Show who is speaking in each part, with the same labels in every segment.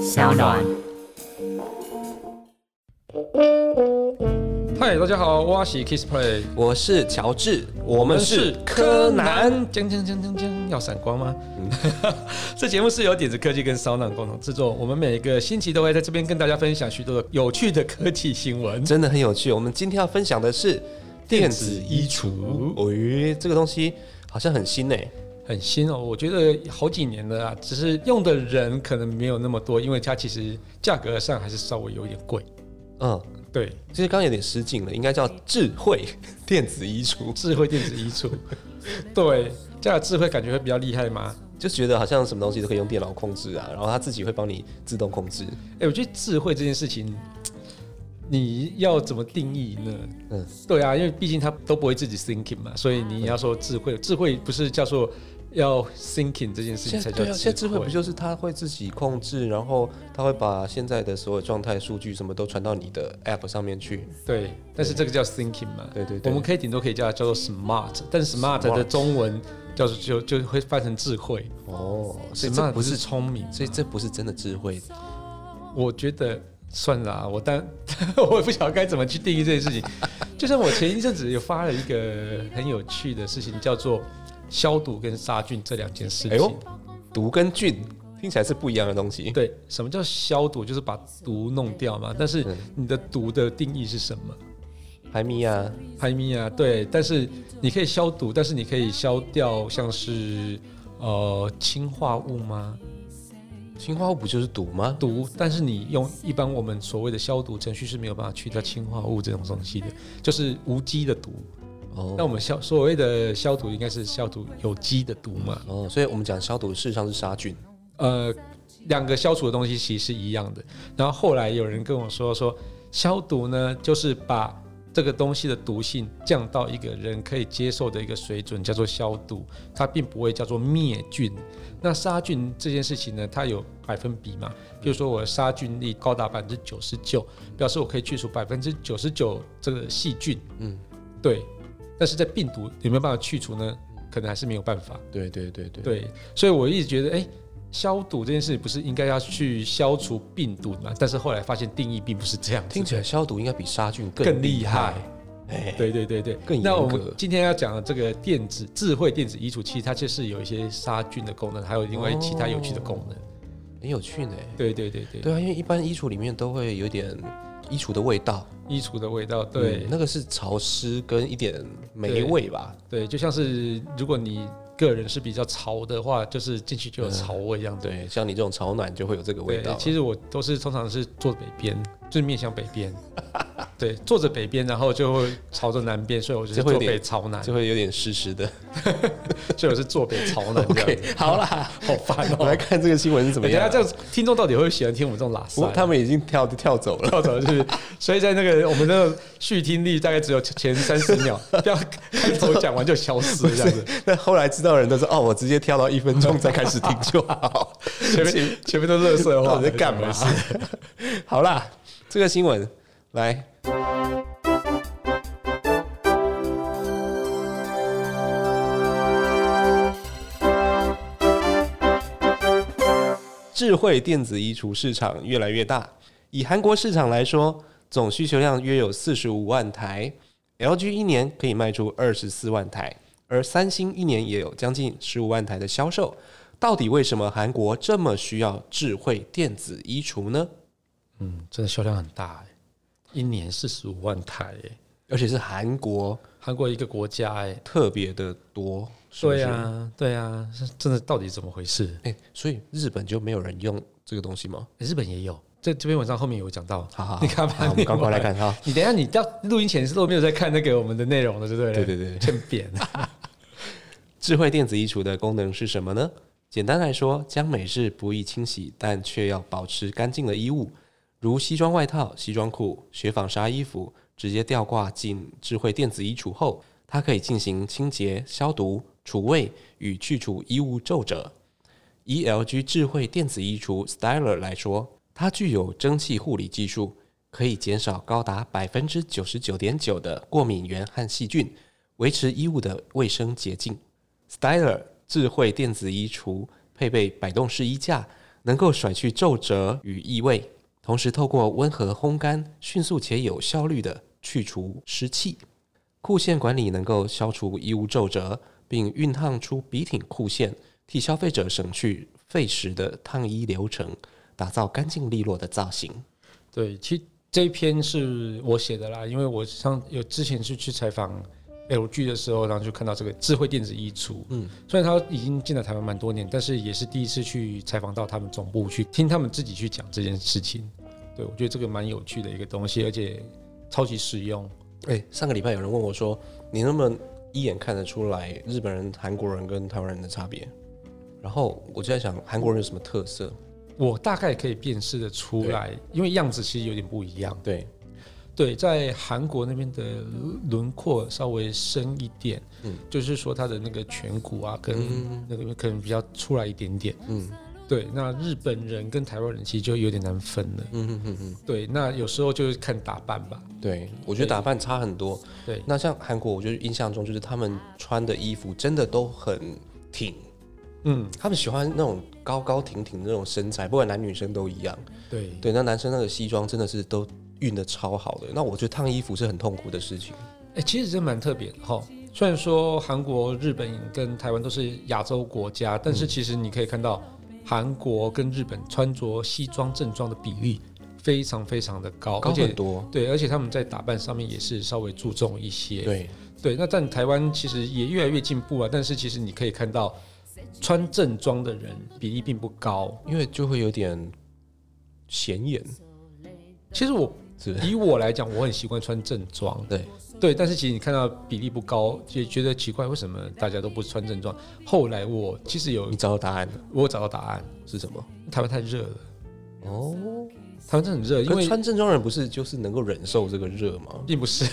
Speaker 1: 小暖。
Speaker 2: 嗨，大家好，我是 Kiss Play，
Speaker 3: 我是乔治，我
Speaker 2: 我
Speaker 3: 们是柯南。。嗯
Speaker 2: 将将将将将，要闪光吗？ 这节目是由点子科技跟骚浪共同制作，我们每个星期都会在这边跟大家分享许多的有趣的科技新闻。
Speaker 3: 真的很有趣。我们今天要分享的是电子衣橱。哦咦，这个东西好像很新诶。
Speaker 2: 很新哦，我觉得好几年了啊，只是用的人可能没有那么多，因为它其实价格上还是稍微有一点贵。
Speaker 3: 嗯，
Speaker 2: 对，
Speaker 3: 其实刚刚有点失敬了，应该叫智慧 电子衣橱，
Speaker 2: 智慧电子衣 橱，对，这样的智慧感觉会比较厉害吗？
Speaker 3: 就觉得好像什么东西都可以用电脑控制啊，然后它自己会帮你自动控制。
Speaker 2: 哎、我觉得智慧这件事情，你要怎么定义呢？
Speaker 3: 嗯，
Speaker 2: 对啊，因为毕竟他都不会自己 thinking 嘛，所以你要说智慧，智慧不是叫做要 thinking 这件事情
Speaker 3: 现
Speaker 2: 才
Speaker 3: 在
Speaker 2: 叫
Speaker 3: 对啊，现在智
Speaker 2: 智
Speaker 3: 慧
Speaker 2: 慧，
Speaker 3: 不就是它会自己控制，然后它会把现在的所有状态、数据什么都传到你的 App 上面去。
Speaker 2: 对，但是这个叫 thinking 嘛，
Speaker 3: 对对
Speaker 2: 我
Speaker 3: 对，
Speaker 2: 们可以顶多可以叫它叫做 smart，但 smart 的
Speaker 3: Smart
Speaker 2: 中文叫做就就会翻成智慧
Speaker 3: 哦，所以这
Speaker 2: ，smart
Speaker 3: 不
Speaker 2: 不是
Speaker 3: 是，
Speaker 2: 聪明，
Speaker 3: 所以这不是真的智慧
Speaker 2: 我觉得算了、啊，我当 我也不晓得该怎么去定义这件事情。就像我前一阵子有发了一个很有趣的事情，叫做消毒跟杀菌这两件事情。
Speaker 3: 哎呦毒跟菌听起来是不一样的东西。
Speaker 2: 对，什么叫消毒？就是把毒弄掉嘛。但是
Speaker 3: 嗯
Speaker 2: 你的毒的定义是什么？
Speaker 3: 排咪啊，
Speaker 2: 排咪啊，对。但是你可以消毒，但是你可以消掉像是呃氰化物吗？
Speaker 3: 氰化物不就是毒吗？
Speaker 2: 毒，但是你用一般我们所谓的消毒程序是没有办法去掉氰化物这种东西的，就是无机的毒。那我
Speaker 3: 哦
Speaker 2: 们消所谓的消毒应该是消毒有机的毒嘛？
Speaker 3: 哦，所以我们讲消毒事实上是杀菌。
Speaker 2: 呃，两个消除的东西其实是一样的。然后后来有人跟我说说，消毒呢就是把这个东西的毒性降到一个人可以接受的一个水准，叫做消毒，它并不会叫做灭菌。那杀菌这件事情呢，它有百分比嘛？比如说我的杀菌率高达百分之九十九，表示我可以去除百分之九十九这个细菌。
Speaker 3: 嗯，
Speaker 2: 对。但是在病毒有没有办法去除呢？可能还是没有办法。
Speaker 3: 对对对对
Speaker 2: 对，所以我一直觉得，哎、消毒这件事不是应该要去消除病毒嘛？但是后来发现定义并不是这样子，
Speaker 3: 听起来消毒应该比杀菌
Speaker 2: 更
Speaker 3: 更厉害。哎
Speaker 2: 害。对对对对，
Speaker 3: 更严格
Speaker 2: 那我们今天要讲的这个电子智慧电子衣橱，其实它就是有一些杀菌的功能，还有另外其他有趣的功能。
Speaker 3: 很有趣呢。
Speaker 2: 对对对对，
Speaker 3: 哦对啊，因为一般衣橱里面都会有点衣橱的味道，
Speaker 2: 衣橱的味道，对、
Speaker 3: 嗯那个是潮湿跟一点霉味吧。
Speaker 2: 对，就像是如果你个人是比较潮的话，就是进去
Speaker 3: 嗯
Speaker 2: 就有潮味这样子。
Speaker 3: 对，像你这种潮暖就会有这个味
Speaker 2: 对，
Speaker 3: 道。
Speaker 2: 其
Speaker 3: 实
Speaker 2: 实我都是通常是坐北边，就是面向北边， 对，坐着北边，然后就会朝着南边，所以我就是
Speaker 3: 就会
Speaker 2: 坐
Speaker 3: 有点
Speaker 2: 北朝南，
Speaker 3: 就会有点湿湿 的。
Speaker 2: 所以我是坐北朝南这样子。
Speaker 3: OK，好 啦，
Speaker 2: 好烦
Speaker 3: 我
Speaker 2: 哦、
Speaker 3: 们来看这个新闻是怎
Speaker 2: 等
Speaker 3: 么
Speaker 2: 一下
Speaker 3: 样。
Speaker 2: 这样子，听众到底会不会喜欢听我们这种拉
Speaker 3: 不
Speaker 2: 塞
Speaker 3: 过
Speaker 2: 啊？
Speaker 3: 他们已经跳跳走了。
Speaker 2: 跳槽 就是，所以在那个我们那个续听力大概只有前三十秒，不要开头讲完就消失了这样子。
Speaker 3: 那后来知道的人都说：“哦，我直接跳到一分钟再开始听就好。
Speaker 2: 前面前面都乐色的
Speaker 3: 到
Speaker 2: 话
Speaker 3: 底在干嘛？”啊 好啦，这个新闻来，智慧电子衣橱市场越来越大。以韩国市场来说，总需求量约有四十五万台，LG 一年可以卖出二十四万台，而三星一年也有将近十五万台的销售。到底为什么韩国这么需要智慧电子衣橱呢？
Speaker 2: 嗯，真的销量很大、一年四十五万台、欸
Speaker 3: 而且是韩国
Speaker 2: 韩国一个国家、哎，
Speaker 3: 特别的多，是不
Speaker 2: 对
Speaker 3: 是？
Speaker 2: 啊，对啊，是真的，到底怎么回事？
Speaker 3: 哎、所以日本就没有人用这个东西吗？
Speaker 2: 日本也有，这这篇文章后面有讲到。
Speaker 3: 好好好，
Speaker 2: 你看吧
Speaker 3: 好我们赶快来看哈。
Speaker 2: 你等一下，你到录音前是都没有在看那个我们的内容的，对不对？
Speaker 3: 对对对，
Speaker 2: 欠扁。
Speaker 3: 智慧电子衣橱的功能是什么呢？简单来说，将美式不易清洗但却要保持干净的衣物，如西装外套、西装裤、雪纺纱衣服，直接吊挂进智慧电子衣橱后，它可以进行清洁、消毒、除味与去除衣物皱褶。以 LG 智慧电子衣橱 Styler 来说，它具有蒸汽护理技术，可以减少高达百分之九十九点九的过敏原和细菌，维持衣物的卫生洁净。Styler 智慧电子衣橱配备摆动式衣架，能够甩去皱褶与异味，同时透过温和烘干，迅速且有效率的去除湿气。裤线管理能够消除衣物皱褶，并熨烫出笔挺裤线，替消费者省去费时的烫衣流程，打造干净利落的造型。
Speaker 2: 对，其实这一篇是我写的啦，因为我上有之前是去采访 LG 的时候，然后就看到这个智慧电子衣橱。
Speaker 3: 嗯
Speaker 2: 嗯，虽然他已经进了台湾蛮多年，但是也是第一次去采访到他们总部去听他们自己去讲这件事情。对，我觉得这个蛮有趣的一个东西，而且超级实用。
Speaker 3: 哎、上个礼拜有人问我说，你能不能一眼看得出来日本人、韩国人跟台湾人的差别？然后我就在想，韩国人有什么特色？
Speaker 2: 我大概可以辨识的出来，因为样子其实有点不一样。
Speaker 3: 对，
Speaker 2: 对，在韩国那边的轮廓稍微深一点，
Speaker 3: 嗯
Speaker 2: 就是说它的那个颧骨啊，跟
Speaker 3: 嗯
Speaker 2: 那个可能比较出来一点点。
Speaker 3: 嗯
Speaker 2: 对，那日本人跟台湾人其实就有点难分了。
Speaker 3: 嗯嗯嗯嗯，
Speaker 2: 对，那有时候就是看打扮吧。
Speaker 3: 对，我觉得打扮差很多。
Speaker 2: 对
Speaker 3: 那像韩国，我就是印象中就是他们穿的衣服真的都很挺，
Speaker 2: 嗯，
Speaker 3: 他们喜欢那种高高挺挺的那种身材，不管男女生都一样。
Speaker 2: 对，
Speaker 3: 对，那男生那个西装真的是都熨的超好的。那我觉得烫衣服是很痛苦的事情。
Speaker 2: 哎、其实真蛮特别的哈。虽然说韩国、日本跟台湾都是亚洲国家，但
Speaker 3: 嗯
Speaker 2: 是其实你可以看到，韩国跟日本穿着西装正装的比例非常非常的高，
Speaker 3: 高
Speaker 2: 而
Speaker 3: 很
Speaker 2: 且
Speaker 3: 多。
Speaker 2: 对，而且他们在打扮上面也是稍微注重一些。
Speaker 3: 对，
Speaker 2: 对，那但台湾其实也越来越进步啊，但是其实你可以看到，穿正装的人比例并不高。
Speaker 3: 因为就会有点显眼，
Speaker 2: 其实我
Speaker 3: 是不是？
Speaker 2: 以我来讲，我很习惯穿正装，
Speaker 3: 对
Speaker 2: 对，但是其实你看到比例不高，也觉得奇怪，为什么大家都不穿正装？后来我其实有
Speaker 3: 你找到答案了
Speaker 2: 我有找到答案，
Speaker 3: 是什么？
Speaker 2: 台湾太热了，
Speaker 3: 哦，
Speaker 2: 台湾真的很热，因
Speaker 3: 因为
Speaker 2: 为？
Speaker 3: 穿正装人不是就是能够忍受这个热吗
Speaker 2: 并不是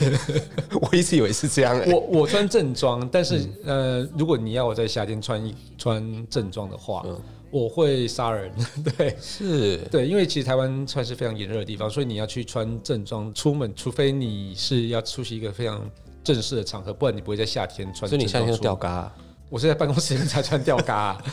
Speaker 3: 我一直以为是这样、欸。
Speaker 2: 我我穿正装，但是
Speaker 3: 嗯
Speaker 2: 呃，如果你要我在夏天穿一穿正装的话，
Speaker 3: 嗯
Speaker 2: 我会杀人，对。
Speaker 3: 是
Speaker 2: 对，因为其实台湾算是非常炎热的地方，所以你要去穿正装出门，除非你是要出席一个非常正式的场合，不然你不会在夏天穿
Speaker 3: 所
Speaker 2: 正
Speaker 3: 以你
Speaker 2: 装出
Speaker 3: 夏
Speaker 2: 门。
Speaker 3: 天就掉嘎啊、
Speaker 2: 我是在办公室里面才穿吊嘎、 啊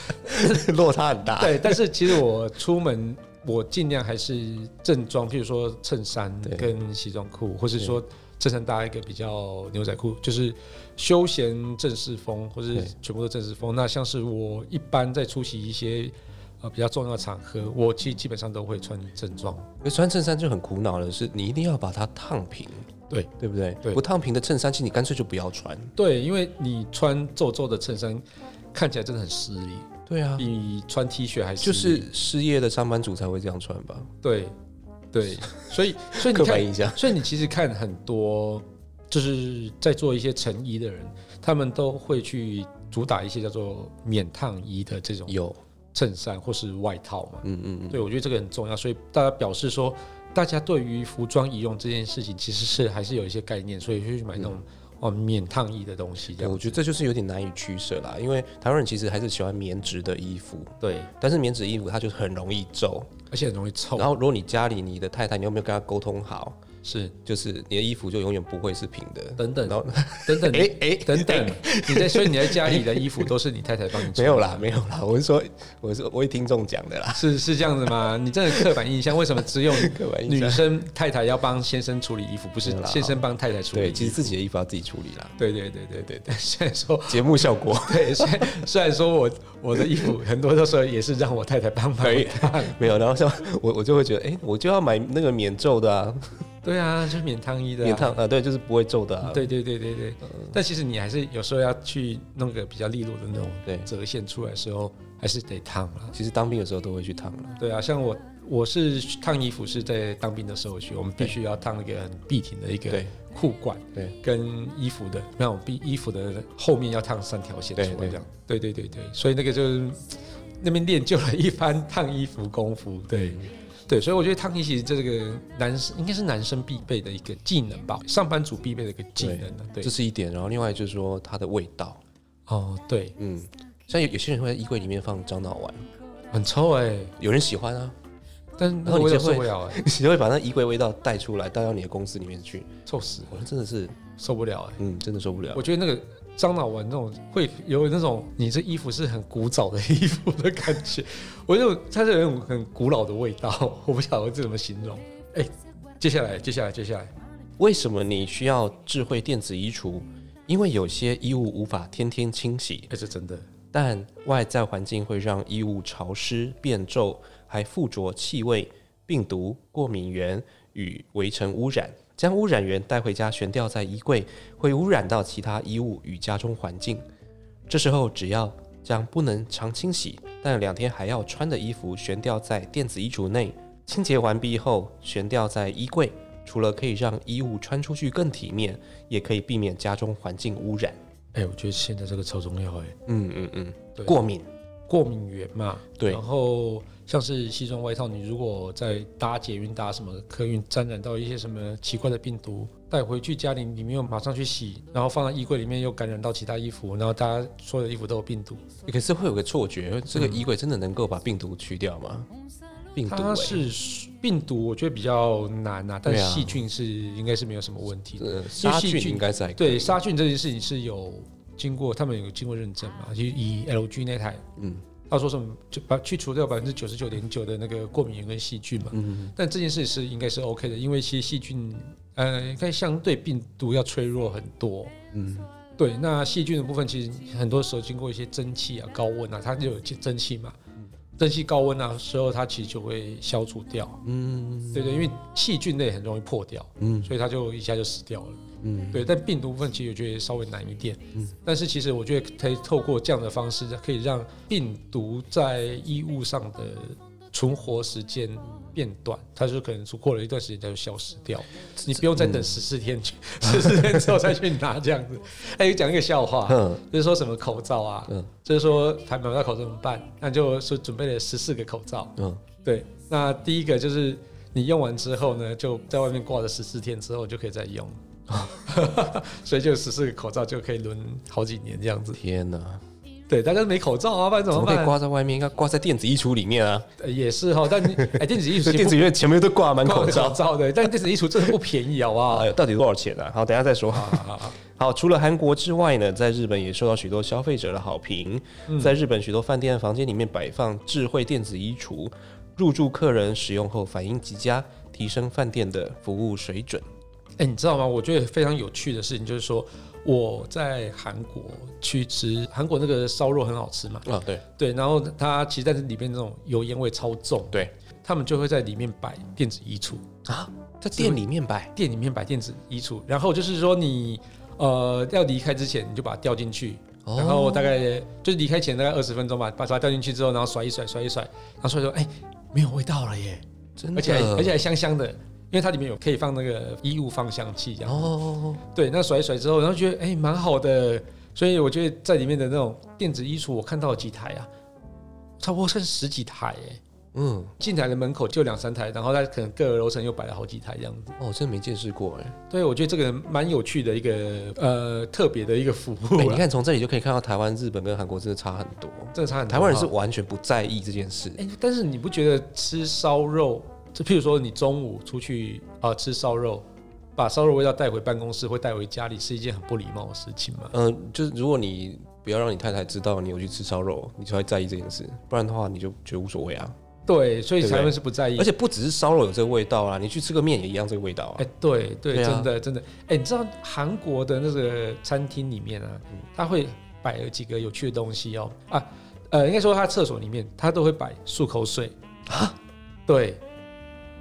Speaker 3: 落差很大。
Speaker 2: 对，但是其实我出门。我尽量还是正装，譬如说衬衫
Speaker 3: 对
Speaker 2: 跟西装裤，或是说衬衫搭一个比较牛仔裤，就是休闲正式风，或是
Speaker 3: 对
Speaker 2: 全部都正式风。那像是我一般在出席一些呃比较重要的场合，我其实基本上都会穿正装。
Speaker 3: 可是穿衬衫就很苦恼的是，你一定要把它烫平，
Speaker 2: 对
Speaker 3: 对不对？
Speaker 2: 对
Speaker 3: 不烫平的衬衫，其实你干脆就不要穿。
Speaker 2: 对，因为你穿皱皱的衬衫，看起来真的很失礼，
Speaker 3: 对啊，
Speaker 2: 比穿 T 恤还失
Speaker 3: 就
Speaker 2: 礼
Speaker 3: 是失业的上班族才会这样穿吧？
Speaker 2: 对对，所以所以你
Speaker 3: 刻板
Speaker 2: 看，
Speaker 3: 印象。
Speaker 2: 所以你其实看很多就是在做一些成衣的人，他们都会去主打一些叫做免烫衣的这种
Speaker 3: 有，
Speaker 2: 衬衫或是外套嘛。
Speaker 3: 嗯嗯嗯，
Speaker 2: 对，我觉得这个很重要，所以大家表示说，大家对于服装仪容这件事情其实是还是有一些概念，所以会去买那
Speaker 3: 嗯
Speaker 2: 种哦免烫衣的东西这
Speaker 3: 对，我
Speaker 2: 样。
Speaker 3: 觉得这就是有点难以取舍啦，因为台湾人其实还是喜欢棉质的衣服，
Speaker 2: 对，
Speaker 3: 但是棉质衣服它就是很容易皱。
Speaker 2: 而且很容易臭
Speaker 3: 然。后如果你家里你的太太，你有没有跟她沟通好，
Speaker 2: 是
Speaker 3: 就是你的衣服就永远不会是平的。
Speaker 2: 等等
Speaker 3: 然后
Speaker 2: 等 等，
Speaker 3: 哎哎
Speaker 2: 等等，你在所以你在家里的衣服都是你太太 帮你
Speaker 3: 没
Speaker 2: 穿？
Speaker 3: 有啦，没有啦，我是说，我是我为听众讲的啦，
Speaker 2: 是是这样子吗？你真的刻板印象，为什么只有
Speaker 3: 刻板印
Speaker 2: 女
Speaker 3: 象
Speaker 2: 生太太要帮先生处理衣服，不是
Speaker 3: 没有啦
Speaker 2: 先生帮太太处理
Speaker 3: 对，
Speaker 2: 衣
Speaker 3: 其实
Speaker 2: 服？
Speaker 3: 自己的衣服要自己处理啦。
Speaker 2: 对对对对对对， 虽然说。
Speaker 3: 节目效 果
Speaker 2: 对，虽然虽然说我我的衣服很多的时候也是让我太太帮忙
Speaker 3: 可以
Speaker 2: 烫，
Speaker 3: 没有，然后像我我就会觉得，哎、我就要买那个免皱的啊，
Speaker 2: 对啊，就是免烫衣的、
Speaker 3: 免烫，啊，对，就是不会皱的啊。嗯
Speaker 2: 对对对对对。但其实你还是有时候要去弄个比较利落的那种
Speaker 3: 对
Speaker 2: 折线出来的时候，还是得烫啦。
Speaker 3: 其实当兵的时候都会去烫啦。
Speaker 2: 对啊，像我我是烫衣服是在当兵的时候学，我们必须要烫一个很笔挺的一个
Speaker 3: 对
Speaker 2: 裤管，
Speaker 3: 对，
Speaker 2: 跟衣服的，那我必衣服的后面要烫三条线出
Speaker 3: 对
Speaker 2: 来
Speaker 3: 对
Speaker 2: 这样，对对对对，所以那个就是那边练就了一番烫衣服功夫，对。对，所以我觉得烫衣其实这个男生应该是男生必备的一个技能吧，上班族必备的一个技能呢、对
Speaker 3: 这，是一点。然后另外就是说它的味道，
Speaker 2: 哦，对，
Speaker 3: 嗯，像有有些人会在衣柜里面放樟脑丸，
Speaker 2: 很臭哎、
Speaker 3: 有人喜欢啊，
Speaker 2: 但是那个
Speaker 3: 然后你
Speaker 2: 味
Speaker 3: 就
Speaker 2: 道受
Speaker 3: 会
Speaker 2: 不了哎、
Speaker 3: 你 就会把那衣柜味道带出来，带到你的公司里面去。
Speaker 2: 臭死了，
Speaker 3: 我真的是，
Speaker 2: 受不了哎、
Speaker 3: 嗯，真的受不了
Speaker 2: 我。觉得那个樟脑丸那种会有那种你这衣服是很古早的衣服的感觉，我就它是有一种很古老的味道， 我不晓得这怎么形容。哎、接下来，接下来，接下来，
Speaker 3: 为什么你需要智慧电子衣橱？因为有些衣物无法天天清洗，
Speaker 2: 哎、这真的
Speaker 3: 但外在环境会让衣物潮湿、变皱，还附着气味、病毒、过敏源与围尘污染。将污染源带回家悬吊在衣柜，会污染到其他衣物与家中环境。这时候，只要将不能常清洗，但两天还要穿的衣服悬吊在电子衣橱内，清洁完毕后悬吊在衣柜，除了可以让衣物穿出去更体面，也可以避免家中环境污染。
Speaker 2: 哎、我觉得现在这个超重要哎、
Speaker 3: 嗯嗯嗯，
Speaker 2: 对
Speaker 3: 过敏，
Speaker 2: 过敏源嘛，
Speaker 3: 对
Speaker 2: 然后像是西装外套，你如果在搭捷运、搭什么客运，沾染到一些什么奇怪的病毒，带回去家里，你没有马上去洗，然后放在衣柜里面又感染到其他衣服，然后大家所有的衣服都有病毒。
Speaker 3: 可是会有个错觉，这
Speaker 2: 嗯
Speaker 3: 个衣柜真的能够把病毒去掉吗？病毒、欸、
Speaker 2: 它是病毒，我觉得比较难啊，但
Speaker 3: 对啊
Speaker 2: 细菌是应该是没有什么问题的。
Speaker 3: 呃杀
Speaker 2: 细
Speaker 3: 菌
Speaker 2: 菌
Speaker 3: 应该在
Speaker 2: 对杀菌这件事情是有经过，他们有经过认证嘛？就以 LG 那台，
Speaker 3: 啊嗯
Speaker 2: 他说什么就把去除掉百分之九十九点九的那个过敏源跟细菌嘛。
Speaker 3: 嗯
Speaker 2: 但这件事是应该是 OK 的，因为其实细菌，呃，应该相对病毒要脆弱很多。
Speaker 3: 嗯，
Speaker 2: 对，那细菌的部分其实很多时候经过一些蒸汽啊、高温啊，它就有蒸汽嘛，
Speaker 3: 嗯
Speaker 2: 蒸汽高温啊时候它其实就会消除掉。
Speaker 3: 嗯
Speaker 2: 对对，因为细菌类很容易破掉，
Speaker 3: 嗯
Speaker 2: 所以它就一下就死掉了。
Speaker 3: 嗯
Speaker 2: 对，但病毒部分其实我觉得稍微难一点，但是其实我觉得可以透过这样的方式，可以让病毒在衣物上的存活时间变短，它就可能过了一段时间它就消失掉，你不用再
Speaker 3: 嗯
Speaker 2: 等十四天去，十四、天之后再去拿这样子。哎，讲一个笑话，
Speaker 3: 嗯
Speaker 2: 就是说什么口罩啊，
Speaker 3: 嗯
Speaker 2: 就是说还买不到口罩怎么办？那就是准备了十四个口罩，
Speaker 3: 嗯
Speaker 2: 对，那第一个就是你用完之后呢，就在外面挂了十四天之后就可以再 用，所以就十四个口罩就可以轮好几年这样子。
Speaker 3: 天哪，
Speaker 2: 对，大家都没口罩啊，不然怎
Speaker 3: 怎
Speaker 2: 么
Speaker 3: 么可以
Speaker 2: 办？
Speaker 3: 挂在外面？应该挂在电子衣橱里 面啊！
Speaker 2: 呃也是哈，但你哎、电 子艺术
Speaker 3: 所以电子衣橱前面都挂满
Speaker 2: 不
Speaker 3: 口
Speaker 2: 口罩
Speaker 3: 罩。
Speaker 2: 罩的，但电子艺术真的不便宜，好不好
Speaker 3: 哎？呦，到底多少钱啊？好，等一下再说。 好，除了韩国之外呢，在日本也受到许多消费者的好评。
Speaker 2: 嗯
Speaker 3: 在日本许多饭店的房间里面摆放智慧电子衣橱，入住客人使用后反应极佳，提升饭店的服务水准。
Speaker 2: 哎、你知道吗？我觉得非常有趣的事情就是说，我在韩国去吃韩国那个烧肉很好吃嘛，
Speaker 3: 啊，对
Speaker 2: 对，然后它其实但是里面那种油烟味超重，
Speaker 3: 对，
Speaker 2: 他们就会在里面摆电子衣橱。
Speaker 3: 啊，在店里面摆，
Speaker 2: 店里面摆电子衣橱，然后就是说你呃要离开之前，你就把它掉进去，
Speaker 3: 哦
Speaker 2: 然后大概就是离开前大概二十分钟吧，把它掉进去之后，然后甩一甩，甩一甩，然后甩一甩，哎、没有味道了耶，
Speaker 3: 真的，
Speaker 2: 而且还而且还香香的。因为它里面有可以放那个衣物芳香剂，然后、
Speaker 3: 哦，
Speaker 2: 对，那甩一甩之后，然后觉得哎蛮、好的，所以我觉得在里面的那种电子衣橱，我看到了几台啊，差不多剩十几台哎，
Speaker 3: 嗯，
Speaker 2: 进台的门口就两三台，然后它可能各个楼层又摆了好几台这样子。
Speaker 3: 哦，真没见识过哎、
Speaker 2: 对，我觉得这个蛮有趣的一个呃特别的一个服务、
Speaker 3: 哎
Speaker 2: 啊
Speaker 3: 你看从这里就可以看到台湾、日本跟韩国真的差很多。
Speaker 2: 真的差很多。啊
Speaker 3: 台湾人是完全不在意这件事，
Speaker 2: 哎、但是你不觉得吃烧肉，就譬如说你中午出去啊、吃烧肉，把烧肉味道带回办公室或带回家里是一件很不礼貌的事情吗？
Speaker 3: 嗯、就是如果你不要让你太太知道你有去吃烧肉，你才会在意这件事，不然的话你就觉得无所谓啊。
Speaker 2: 对，所以
Speaker 3: 对不对
Speaker 2: 台湾是不在意
Speaker 3: 而。且不只是烧肉有这个味道啊，你去吃个面也一样这个味道啊。
Speaker 2: 哎、 对对，
Speaker 3: 对啊
Speaker 2: 真的真的。哎、你知道韩国的那个餐厅里面啊，
Speaker 3: 嗯
Speaker 2: 它会摆了几个有趣的东西哦啊，呃，应该说它厕所里面它都会摆漱口水啊，对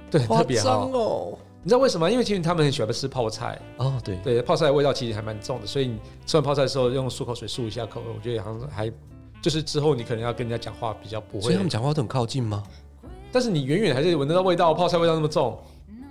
Speaker 2: 对，很特别好。
Speaker 3: 哦！
Speaker 2: 你知道为什么？因为其实他们很喜欢吃泡菜，
Speaker 3: 哦，对，
Speaker 2: 对，泡菜的味道其实还蛮重的，所以你吃完泡菜的时候用漱口水漱一下口，我觉得好像还就是之后你可能要跟人家讲话比较不
Speaker 3: 所以
Speaker 2: 会
Speaker 3: 他，们讲话都很靠近吗？
Speaker 2: 但是你远远还是闻得到味道，泡菜味道那么重，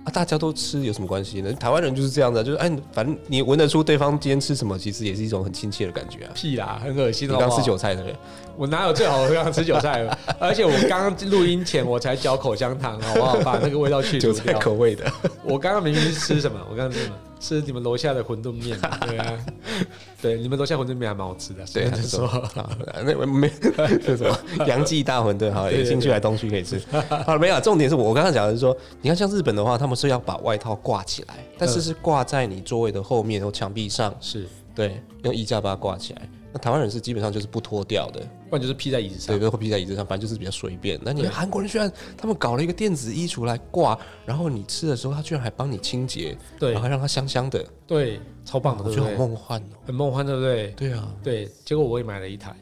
Speaker 3: 啊，大家都吃有什么关系呢？台湾人就是这样的、就是哎，反正你闻得出对方今天吃什么，其实也是一种很亲切的感觉啊。
Speaker 2: 屁啦，很恶心
Speaker 3: 你
Speaker 2: 的。好不
Speaker 3: 刚
Speaker 2: 好
Speaker 3: 吃韭菜对不对？
Speaker 2: 我哪有最好的刚刚吃韭菜了？ 而且我刚刚录音前我才嚼口香糖，好不好？把那个味道 去除
Speaker 3: 韭菜
Speaker 2: 掉。
Speaker 3: 口味的。
Speaker 2: 我刚刚明明是吃什么？我刚刚吃什么？吃你们楼下的馄饨面，对啊， 对，你们楼下馄饨面还蛮好吃的，
Speaker 3: 对，
Speaker 2: 他
Speaker 3: 他就说
Speaker 2: 说。
Speaker 3: 啊，那我没 是什 么杨记大馄饨，好，
Speaker 2: 对对
Speaker 3: 有兴趣来东区可以吃。 好了，没有，啊重点是我刚刚讲的是说，你看像日本嗯的话，他们是要把外套挂起来，但是是挂在你座位的后面或墙壁上，
Speaker 2: 是，
Speaker 3: 对，用衣架把它挂起来。那台湾人是基本上就是不脱掉的，
Speaker 2: 不然就是披在椅子
Speaker 3: 对，
Speaker 2: 上。
Speaker 3: 都会披在椅子上，反正就是比较随便。那你韩国人居然他们搞了一个电子衣橱来挂，然后你吃的时候，他居然还帮你清洁，
Speaker 2: 对
Speaker 3: 然后让它香香的，
Speaker 2: 对，超棒的，
Speaker 3: 我
Speaker 2: 对
Speaker 3: 觉
Speaker 2: 不
Speaker 3: 得好
Speaker 2: 对？
Speaker 3: 梦幻哦。
Speaker 2: 很梦幻，对不对？
Speaker 3: 对啊，
Speaker 2: 对，结果我也买了一台。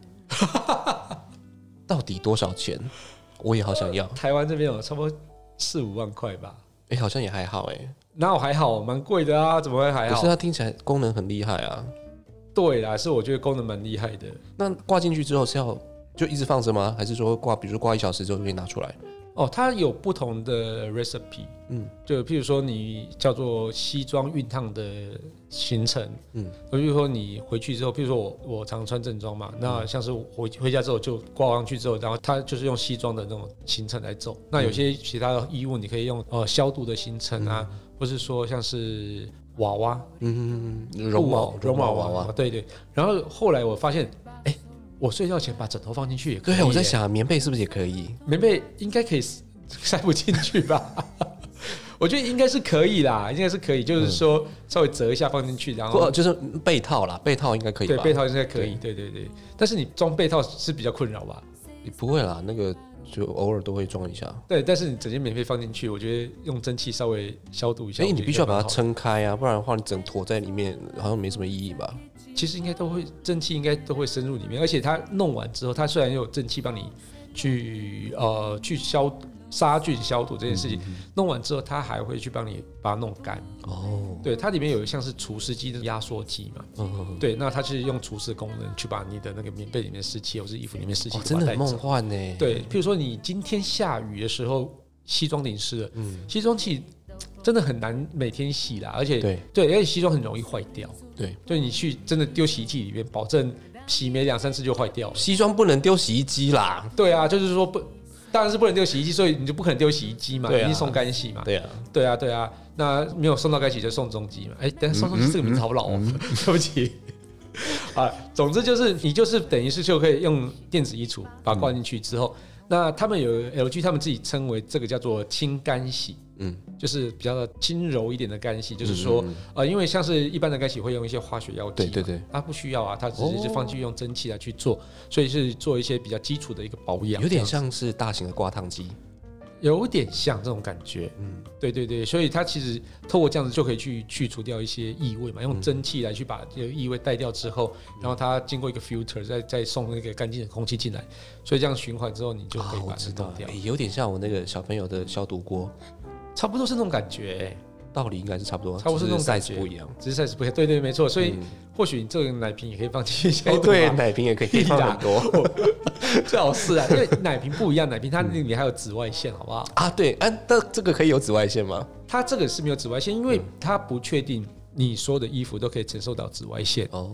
Speaker 3: 到底多少钱？我也好想要。
Speaker 2: 台湾这边有差不多四五万块吧，
Speaker 3: 哎、好像也还好哎、
Speaker 2: 哪有还好，蛮贵的啊，怎么会还
Speaker 3: 可
Speaker 2: 好
Speaker 3: 是？它听起来功能很厉害啊。
Speaker 2: 对啦，是我觉得功能蛮厉害的。
Speaker 3: 那挂进去之后是要就一直放着吗？还是说挂，比如说挂一小时之后就可以拿出来？
Speaker 2: 哦，它有不同的 recipe，
Speaker 3: 嗯
Speaker 2: 嗯，就譬如说你叫做西装熨烫的行程，
Speaker 3: 嗯
Speaker 2: 嗯，比如说你回去之后，譬如说我我常穿正装嘛，那像是我回回家之后就挂上去之后，然后它就是用西装的那种行程来走。那有些其他的衣物你可以用呃消毒的行程啊，或是说像是娃娃，
Speaker 3: 嗯，
Speaker 2: 绒
Speaker 3: 绒
Speaker 2: 毛
Speaker 3: 毛啊
Speaker 2: 绒毛娃
Speaker 3: 娃。
Speaker 2: 娃，对对。然后后来我发现，哎、我睡觉前把枕头放进去也可以耶。
Speaker 3: 对，我在想棉被是不是也可以？
Speaker 2: 棉被应该可以塞 塞不进去吧？ 我觉得应该是可以啦，应该是可以，
Speaker 3: 嗯
Speaker 2: 就是说稍微折一下放进去，然
Speaker 3: 不，
Speaker 2: 后
Speaker 3: 就是被套啦，被套应该可以吧？
Speaker 2: 哦对被套应该可以，对对对。但是你装被套是比较困扰吧？
Speaker 3: 你不会啦，那个就偶尔都会装一下。
Speaker 2: 对，但是你整件棉被放进去，我觉得用蒸汽稍微消毒一下，
Speaker 3: 所以
Speaker 2: 我觉
Speaker 3: 哎你
Speaker 2: 得
Speaker 3: 必须要
Speaker 2: 应该
Speaker 3: 把
Speaker 2: 蛮好
Speaker 3: 它
Speaker 2: 的。
Speaker 3: 撑开啊，不然的话你整坨在里面好像没什么意义吧？
Speaker 2: 其实应该都会蒸汽应该都会深入里面，而且它弄完之后，它虽然有蒸汽帮你去呃去消杀菌消毒这件事
Speaker 3: 嗯
Speaker 2: 情，弄完之后它还会去帮你把它弄干。
Speaker 3: 哦，
Speaker 2: 对，它里面有一项是除湿机的压缩机嘛，
Speaker 3: 嗯，
Speaker 2: 对，那它是用除湿功能去把你的那个棉被里面的湿气或是衣服里面湿气
Speaker 3: 哦，
Speaker 2: 都
Speaker 3: 真
Speaker 2: 把
Speaker 3: 的
Speaker 2: 它带
Speaker 3: 很
Speaker 2: 走。
Speaker 3: 梦幻呢。，
Speaker 2: 对，譬如说你今天下雨的时候，西装淋湿了，
Speaker 3: 嗯，
Speaker 2: 西装其实真的很难每天洗啦，而且
Speaker 3: 对
Speaker 2: 对，而且西装很容易坏掉。
Speaker 3: 对，
Speaker 2: 就你去真的丢洗衣机里面，保证洗没两三次就坏掉了。
Speaker 3: 西装不能丢洗衣机啦。
Speaker 2: 对啊，就是说不，当然是不能丢洗衣机，所以你就不可能丢洗衣机嘛，
Speaker 3: 对啊
Speaker 2: 一定送干洗嘛。
Speaker 3: 对啊，
Speaker 2: 对啊，对啊，那没有送到该洗就送中机嘛。哎、等
Speaker 3: 嗯
Speaker 2: 下送中机这个名字好老哦， 对不起。啊，总之就是你就是等于是就可以用电子衣橱把它挂进去之后，那他们有 LG 他们自己称为这个叫做轻干洗，
Speaker 3: 嗯，
Speaker 2: 就是比较轻柔一点的干洗，就是说、
Speaker 3: 嗯嗯
Speaker 2: 呃，因为像是一般的干洗会用一些化学药剂
Speaker 3: 对
Speaker 2: 嘛，
Speaker 3: 对对，
Speaker 2: 它不需要啊，它只是
Speaker 3: 哦
Speaker 2: 放去用蒸汽来去做，所以是做一些比较基础的一个保养，这
Speaker 3: 有点
Speaker 2: 样子
Speaker 3: 像是大型的挂烫机。
Speaker 2: 有点像这种感觉，
Speaker 3: 嗯
Speaker 2: 嗯，对对对，所以它其实透过这样子就可以去去除掉一些异味嘛，用蒸汽来去把这个异味带掉之后，然后它经过一个 filter 再再送那个干净的空气进来，所以这样循环之后，你就可以
Speaker 3: 啊，我
Speaker 2: 把它
Speaker 3: 知
Speaker 2: 弄
Speaker 3: 道，
Speaker 2: 掉，
Speaker 3: 哎有点像我那个小朋友的消毒锅，
Speaker 2: 差不多是那种感觉、
Speaker 3: 道理应该是差不多，
Speaker 2: 差不多是
Speaker 3: 只
Speaker 2: 那种感
Speaker 3: size
Speaker 2: 觉
Speaker 3: 不一样。
Speaker 2: 哦只是 size 不一样，对对，没错，所以
Speaker 3: 嗯
Speaker 2: 或许你这个奶瓶也可以放进去消
Speaker 3: 哎，
Speaker 2: 毒
Speaker 3: 对，
Speaker 2: 嘛
Speaker 3: 奶瓶 也可以可以放很多
Speaker 2: 最好是啊，因为奶瓶不一样，奶瓶它那里还有紫外线，好不好？
Speaker 3: 啊。对，啊，但这个可以有紫外线吗？
Speaker 2: 它这个是没有紫外线，因为
Speaker 3: 嗯
Speaker 2: 它不确定你所有的衣服都可以承受到紫外线。
Speaker 3: 哦，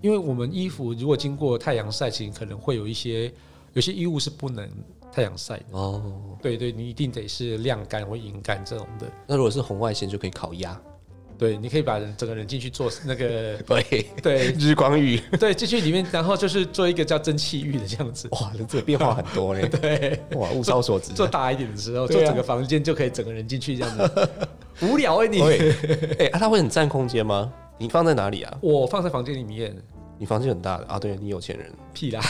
Speaker 2: 因为我们衣服如果经过太阳晒，其实可能会有一些有些衣物是不能太阳晒的。
Speaker 3: 哦，
Speaker 2: 对对，你一定得是晾干或阴干这种的。
Speaker 3: 那如果是红外线就可以烤鸭，
Speaker 2: 对，你可以把人整个人进去做那个，
Speaker 3: 对，
Speaker 2: 对
Speaker 3: 日光浴。
Speaker 2: 对，进去里面，然后就是做一个叫蒸汽浴的这样子。
Speaker 3: 哇，这个变化很多 嘞！
Speaker 2: 对，
Speaker 3: 哇，物超所值。
Speaker 2: 做大一点的时候，
Speaker 3: 对啊
Speaker 2: 做整个房间就可以整个人进去这样 子。无聊哎、你。
Speaker 3: 喂，哎、啊，它会很占空间吗？你放在哪里啊？
Speaker 2: 我放在房间里面，
Speaker 3: 你房间很大的啊，对你有钱人。
Speaker 2: 屁啦。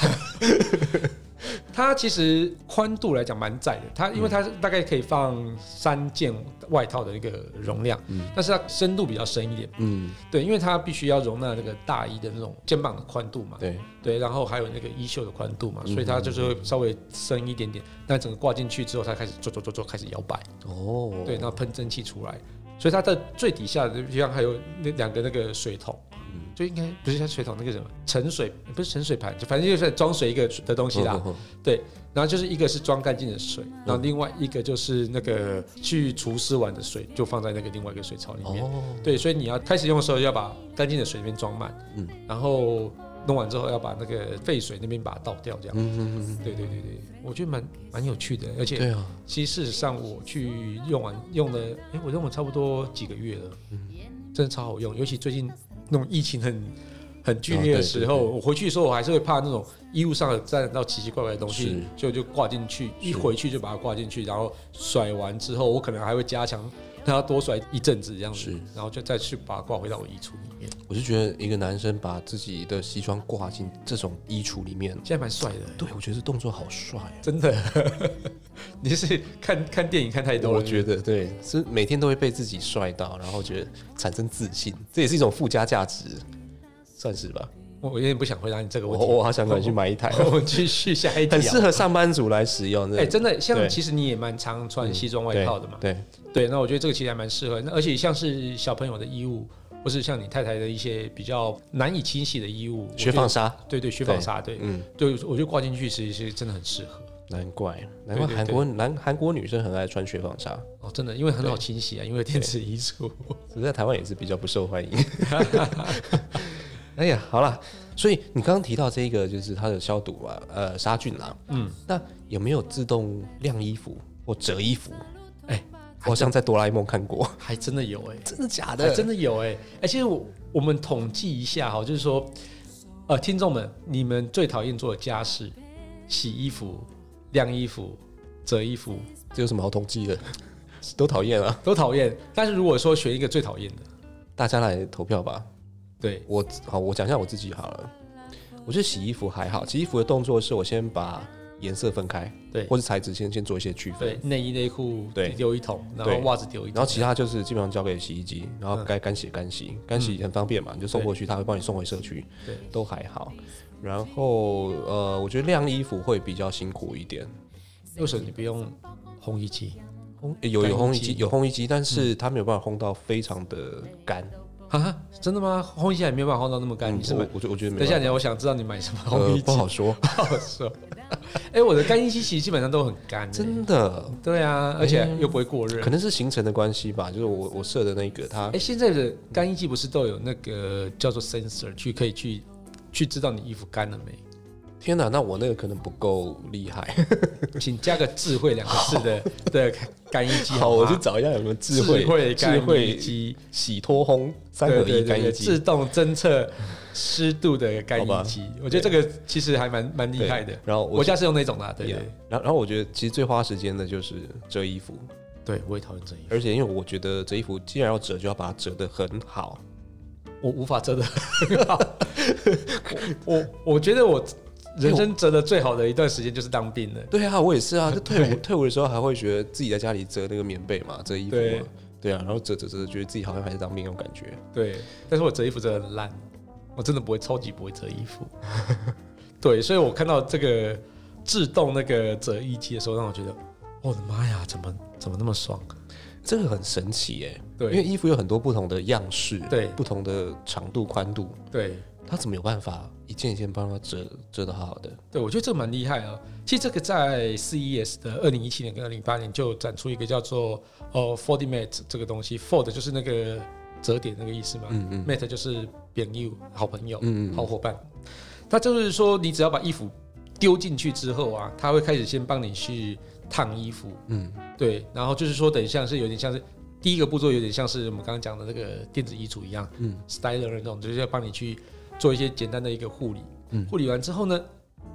Speaker 2: 它其实宽度来讲蛮窄的，它因为它大概可以放三件外套的一个容量，但是它深度比较深一点，
Speaker 3: 嗯，
Speaker 2: 对，因为它必须要容纳那个大衣的那种肩膀的宽度嘛，
Speaker 3: 对，
Speaker 2: 对，然后还有那个衣袖的宽度嘛，所以它就是会稍微深一点点，那整个挂进去之后，它开始做做做做开始摇摆，
Speaker 3: 哦，
Speaker 2: 对，然后喷蒸汽出来，所以它的最底下的地方还有那两个那个水桶，
Speaker 3: 嗯
Speaker 2: 就应该不是像水桶那个什么盛水，不是盛水盘，就反正就是装水一个的东西啦。
Speaker 3: 嗯嗯嗯
Speaker 2: 对，然后就是一个是装干净的水，然后另外一个就是那个去除湿完的水，就放在那个另外一个水槽里面。
Speaker 3: 哦，
Speaker 2: 对，所以你要开始用的时候要把干净的水那边装满，
Speaker 3: 嗯
Speaker 2: 嗯，然后弄完之后要把那个废水那边把它倒掉，这样。
Speaker 3: 嗯嗯嗯，
Speaker 2: 对对对对，我觉得蛮蛮有趣的，而且
Speaker 3: 对啊，
Speaker 2: 其实事实上，我去用完用了，哎、我用了差不多几个月了，
Speaker 3: 嗯
Speaker 2: 真的超好用。尤其最近那种疫情很很剧烈的时候，
Speaker 3: 啊对
Speaker 2: 我回去的时候，我还是会怕那种衣物上有沾染到奇奇怪怪的东
Speaker 3: 是
Speaker 2: 西，所以我就挂进去，一回去就把它挂进去，然后甩完之后，我可能还会加强让它多出来一阵子这样子
Speaker 3: 是，
Speaker 2: 然后就再去把它挂回到我衣橱里面。
Speaker 3: 我是觉得一个男生把自己的西装挂进这种衣橱里面，
Speaker 2: 现在蛮帅的，
Speaker 3: 对我觉得这动作好帅啊！
Speaker 2: 真的。 你是看看电影看太多了，
Speaker 3: 我觉得对，是每天都会被自己帅到，然后觉得产生自信，这也是一种附加价值，算是吧。
Speaker 2: 我我有点不想回答你这个
Speaker 3: 我
Speaker 2: 问题。
Speaker 3: 我好想赶紧去买一台，
Speaker 2: 我们继续下一题、啊。
Speaker 3: 很适合上班族来使用。
Speaker 2: 哎、真的，像
Speaker 3: 对
Speaker 2: 其实你也蛮常穿西装外
Speaker 3: 对
Speaker 2: 套的嘛，
Speaker 3: 对，
Speaker 2: 对，那我觉得这个其实还蛮适合，那而且像是小朋友的衣物，或是像你太太的一些比较难以清洗的衣物，我觉
Speaker 3: 雪
Speaker 2: 得
Speaker 3: 纺纱，
Speaker 2: 对对，雪纺纱，对，
Speaker 3: 嗯，
Speaker 2: 对，我觉得挂进去其实是真的很适合
Speaker 3: 难怪，难怪
Speaker 2: 对对
Speaker 3: 韩国男韩国女生很爱穿雪纺纱，
Speaker 2: 哦，真的，因为很好清洗啊，因为电子移除，
Speaker 3: 只是在台湾也是比较不受欢迎。 哎呀，好啦，所以你刚刚提到这个就是它的消毒啊，呃，杀菌啦，嗯，那有没有自动晾衣服或折衣服？
Speaker 2: 哎、
Speaker 3: 我好像在哆啦 A 梦看过，
Speaker 2: 还真的有哎、
Speaker 3: 真的假
Speaker 2: 还真的有哎、哎、其实我我们统计一下哈，就是说，呃，听众们，你们最讨厌做的家事，洗衣服、晾衣服、折衣服
Speaker 3: 这有什么好统计的？ 都讨厌啊！
Speaker 2: 都讨厌，但是如果说选一个最讨厌的，
Speaker 3: 大家来投票吧。
Speaker 2: 对，
Speaker 3: 我好，我讲一下我自己好了。我觉得洗衣服还好，洗衣服的动作是我先把颜色分开，
Speaker 2: 对
Speaker 3: 或是材质先先做一些区分
Speaker 2: 对，，内衣内裤
Speaker 3: 对
Speaker 2: 丢一桶，然后
Speaker 3: 对
Speaker 2: 袜子丢一
Speaker 3: 然
Speaker 2: 桶
Speaker 3: 后，其他就是基本上交给洗衣机，然后该干洗干洗，干洗很方便嘛，你就送过去，他会帮你送回社区，
Speaker 2: 对，
Speaker 3: 都还好。然后呃，我觉得晾衣服会比较辛苦一点，
Speaker 2: 为什么你不用烘衣机？
Speaker 3: 烘诶有有
Speaker 2: 干
Speaker 3: 烘
Speaker 2: 衣
Speaker 3: 衣
Speaker 2: 机
Speaker 3: 机有烘衣机，但是它没有办法烘到非常的干，
Speaker 2: 啊，真的吗？烘衣机还没有办法烘到那么干，
Speaker 3: 嗯
Speaker 2: 你是
Speaker 3: 我
Speaker 2: 买？
Speaker 3: 我觉我觉得没
Speaker 2: 等一下，
Speaker 3: 办
Speaker 2: 你我想知道你买什么
Speaker 3: 法
Speaker 2: 烘衣
Speaker 3: 呃
Speaker 2: 机，
Speaker 3: 不好说，
Speaker 2: 不好说。 哎，我的干衣机其实基本上都很干，
Speaker 3: 真的哎
Speaker 2: 对啊，而且又不会过热
Speaker 3: 可。能是行程的关系吧，就是我我设的那个它
Speaker 2: 哎，现在的干衣机不是都有那个叫做 sensor 去可以去去知道你衣服干了 没？
Speaker 3: 天哪，那我那个可能不够厉害。
Speaker 2: 请加个智慧两个字的的干衣机
Speaker 3: 好，
Speaker 2: 吗
Speaker 3: 我去找一下有没有智
Speaker 2: 啊智
Speaker 3: 慧
Speaker 2: 慧
Speaker 3: 智
Speaker 2: 干衣
Speaker 3: 慧
Speaker 2: 机。
Speaker 3: 洗脱烘三合
Speaker 2: 对对
Speaker 3: 一
Speaker 2: 对
Speaker 3: 干
Speaker 2: 对
Speaker 3: 衣
Speaker 2: 自
Speaker 3: 机。
Speaker 2: 动侦测湿度的干
Speaker 3: 好吧
Speaker 2: 衣机，我觉得这个其实还蛮蛮厉害的
Speaker 3: 对。然后我
Speaker 2: 我家是用那种的啊，对
Speaker 3: 对
Speaker 2: 对
Speaker 3: 然后然后我觉得其实最花时间的就是折衣服，
Speaker 2: 对，我也讨厌这一，
Speaker 3: 而且因为我觉得折衣服既然要折，就要把它折得很好。
Speaker 2: 我无法折的。 我我我觉得我人生折的最好的一段时间就是当兵了。
Speaker 3: 对啊，我也是啊，就 退伍退伍的时候还会觉得自己在家里折那个棉被嘛，折衣服
Speaker 2: 对
Speaker 3: 嘛。对啊，然后折折折，觉得自己好像还是当兵那种感觉。
Speaker 2: 对，但是我折衣服折的很烂，我真的不会，超级不会折衣 服。对，所以我看到这个自动那个折衣机的时候，让我觉得，哦我的妈呀，怎么怎么那么爽？
Speaker 3: 这个很神奇耶、因为
Speaker 2: 对
Speaker 3: 衣服有很多不同的样式，
Speaker 2: 对
Speaker 3: 不同的长度、宽度，
Speaker 2: 对，
Speaker 3: 他怎么有办法一件一件帮他折折的好好的？
Speaker 2: 对，我觉得这个蛮厉害啊。其实这个在 CES 的二零一七年跟二零一八年就展出一个叫做哦 Fortimat 这个东西，Ford 就是那个折叠那个意思嘛、
Speaker 3: 嗯嗯
Speaker 2: m a t e 就是朋友、好朋友、
Speaker 3: 嗯嗯
Speaker 2: 好伙伴。它就是说，你只要把衣服丢进去之后啊，它会开始先帮你去烫衣服，
Speaker 3: 嗯，
Speaker 2: 对，然后就是说，等于像是有点像是第一个步骤，有点像是我们刚刚讲的那个电子衣橱一样，
Speaker 3: 嗯
Speaker 2: ，styler 那种，就是要帮你去做一些简单的一个护理，
Speaker 3: 嗯
Speaker 2: 护理完之后呢，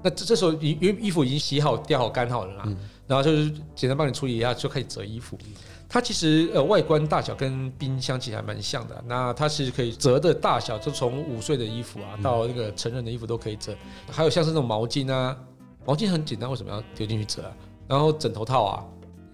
Speaker 2: 那这这时候衣衣衣服已经洗好、吊好、干好了啦，
Speaker 3: 嗯
Speaker 2: 然后就是简单帮你处理一下，就开始折衣服。它其实呃外观大小跟冰箱其实还蛮像的啊、那它是可以折的大小，就从五岁的衣服啊
Speaker 3: 嗯
Speaker 2: 到那个成人的衣服都可以折，还有像是那种毛巾啊，毛巾很简单，为什么要丢进去折啊？然后枕头套啊，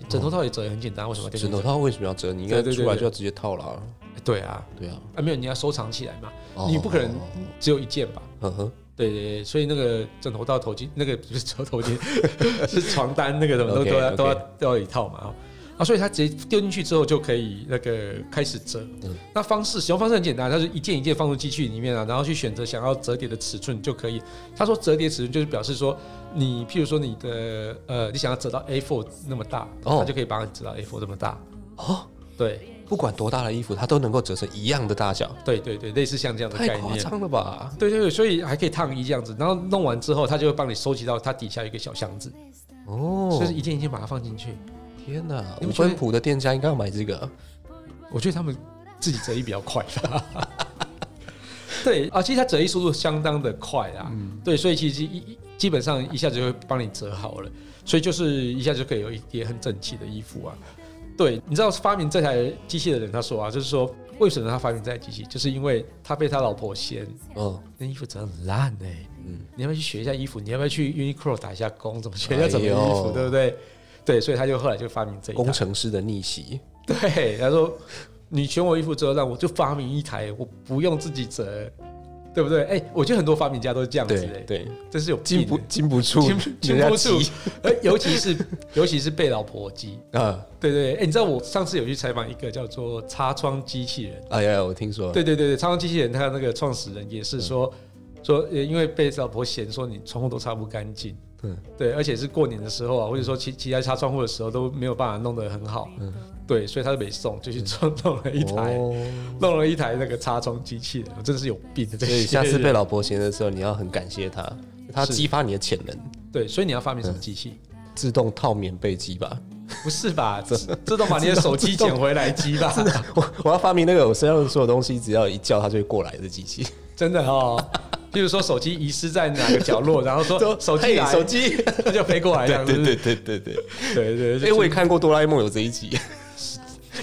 Speaker 2: 枕头套也折也很简单，为什么要丢进
Speaker 3: 枕
Speaker 2: 去
Speaker 3: 头
Speaker 2: 折？
Speaker 3: 套为什么要折？你应该
Speaker 2: 对对对
Speaker 3: 出来
Speaker 2: 对
Speaker 3: 就要直接套了啊。
Speaker 2: 对啊，
Speaker 3: 对啊，
Speaker 2: 啊没有，你要收藏起来嘛，
Speaker 3: 哦
Speaker 2: 你不可能只有一件吧？
Speaker 3: 呵呵，
Speaker 2: 对对对，所以那个枕头套、头巾，那个不是枕头头巾， 是床单，那个什么都
Speaker 3: OK，
Speaker 2: 都要
Speaker 3: OK
Speaker 2: 都要都要一套嘛。哦啊，所以它直接丢进去之后就可以那个开始折。
Speaker 3: 嗯
Speaker 2: 那方式使用方式很简单，它是一件一件放入机器里面啊，然后去选择想要折叠的尺寸就可以。他说折叠尺寸就是表示说你，譬如说你的呃，你想要折到 A4 那么大，
Speaker 3: 哦
Speaker 2: 它就可以帮你折到 A4 这么大。
Speaker 3: 哦，
Speaker 2: 对
Speaker 3: 不管多大的衣服，它都能够折成一样的大小，
Speaker 2: 对对对，类似像这样的概
Speaker 3: 太
Speaker 2: 念。
Speaker 3: 夸张了吧？
Speaker 2: 对对对，所以还可以烫衣这样子，然后弄完之后，他就会帮你收集到它底下有一个小箱子，
Speaker 3: 哦
Speaker 2: 就是，一件一件把它放进去。
Speaker 3: 天哪！
Speaker 2: 你
Speaker 3: 五
Speaker 2: 不觉得
Speaker 3: 分谱的店家应该要买这个，
Speaker 2: 我觉得他们自己折衣比较快吧。对啊，其实它折衣速度相当的快啊，对，所以其实一一基本上一下子就会帮你折好了，所以就是一下就可以有一叠很整齐的衣服啊。对，你知道发明这台机器的人他说啊，就是说为什么他发明这台机器，就是因为他被他老婆嫌
Speaker 3: 嗯，
Speaker 2: 那衣服折得很烂哎、
Speaker 3: 嗯
Speaker 2: 你要不要去学一下衣服？你要不要去 Uniqlo 打一下工，怎么学一下怎么衣
Speaker 3: 哎
Speaker 2: 服，
Speaker 3: 呦
Speaker 2: 对不对？对，所以他就后来就发明这一
Speaker 3: 工
Speaker 2: 台。
Speaker 3: 程师的逆袭，
Speaker 2: 对，他说你选我衣服折烂，我就发明一台，我不用自己折，对不对？哎、我觉得很多发明家都是这样子、
Speaker 3: 对
Speaker 2: 哎，
Speaker 3: 对，
Speaker 2: 真是有病
Speaker 3: 禁不
Speaker 2: 哎
Speaker 3: 禁不住
Speaker 2: 禁
Speaker 3: 人
Speaker 2: 不住禁
Speaker 3: 家急，
Speaker 2: 不住， 而哎尤其是尤其是被老婆激。
Speaker 3: 啊！
Speaker 2: 对对，对哎、你知道我上次有去采访一个叫做擦窗机器人，
Speaker 3: 哎呀，我听说，
Speaker 2: 对对对对，擦窗机器人，他那个创始人也是说、说，呃因为被老婆嫌说你窗户都擦不干净，
Speaker 3: 嗯
Speaker 2: 对，而且是过年的时候啊，或者说其其他擦窗户的时候都没有办法弄得很好，
Speaker 3: 嗯
Speaker 2: 对，所以他就没送，就去弄弄了一台，
Speaker 3: 哦
Speaker 2: 弄了一台那个擦窗机器人，我真的是有病的这
Speaker 3: 所
Speaker 2: 些人。
Speaker 3: 以下次被老婆嫌的时候，你要很感谢他，他
Speaker 2: 是
Speaker 3: 激发你的潜能，
Speaker 2: 对，所以你要发明
Speaker 3: 嗯
Speaker 2: 什么机器？
Speaker 3: 自动套棉被机吧。
Speaker 2: 不是吧？自自动把你的手机捡回来机吧？
Speaker 3: 我我要发明那个我身上所有东西，只要一叫它就会过来的机器。
Speaker 2: 真的哦。譬如说手机遗失在哪个角 落，然后说 手机
Speaker 3: 嘿
Speaker 2: 来，哎
Speaker 3: 手机，
Speaker 2: 它就飞过来，这样
Speaker 3: 对
Speaker 2: 子。
Speaker 3: 对对对对对。
Speaker 2: 对对
Speaker 3: 哎、我也看过《哆啦 A 梦》有这 一集。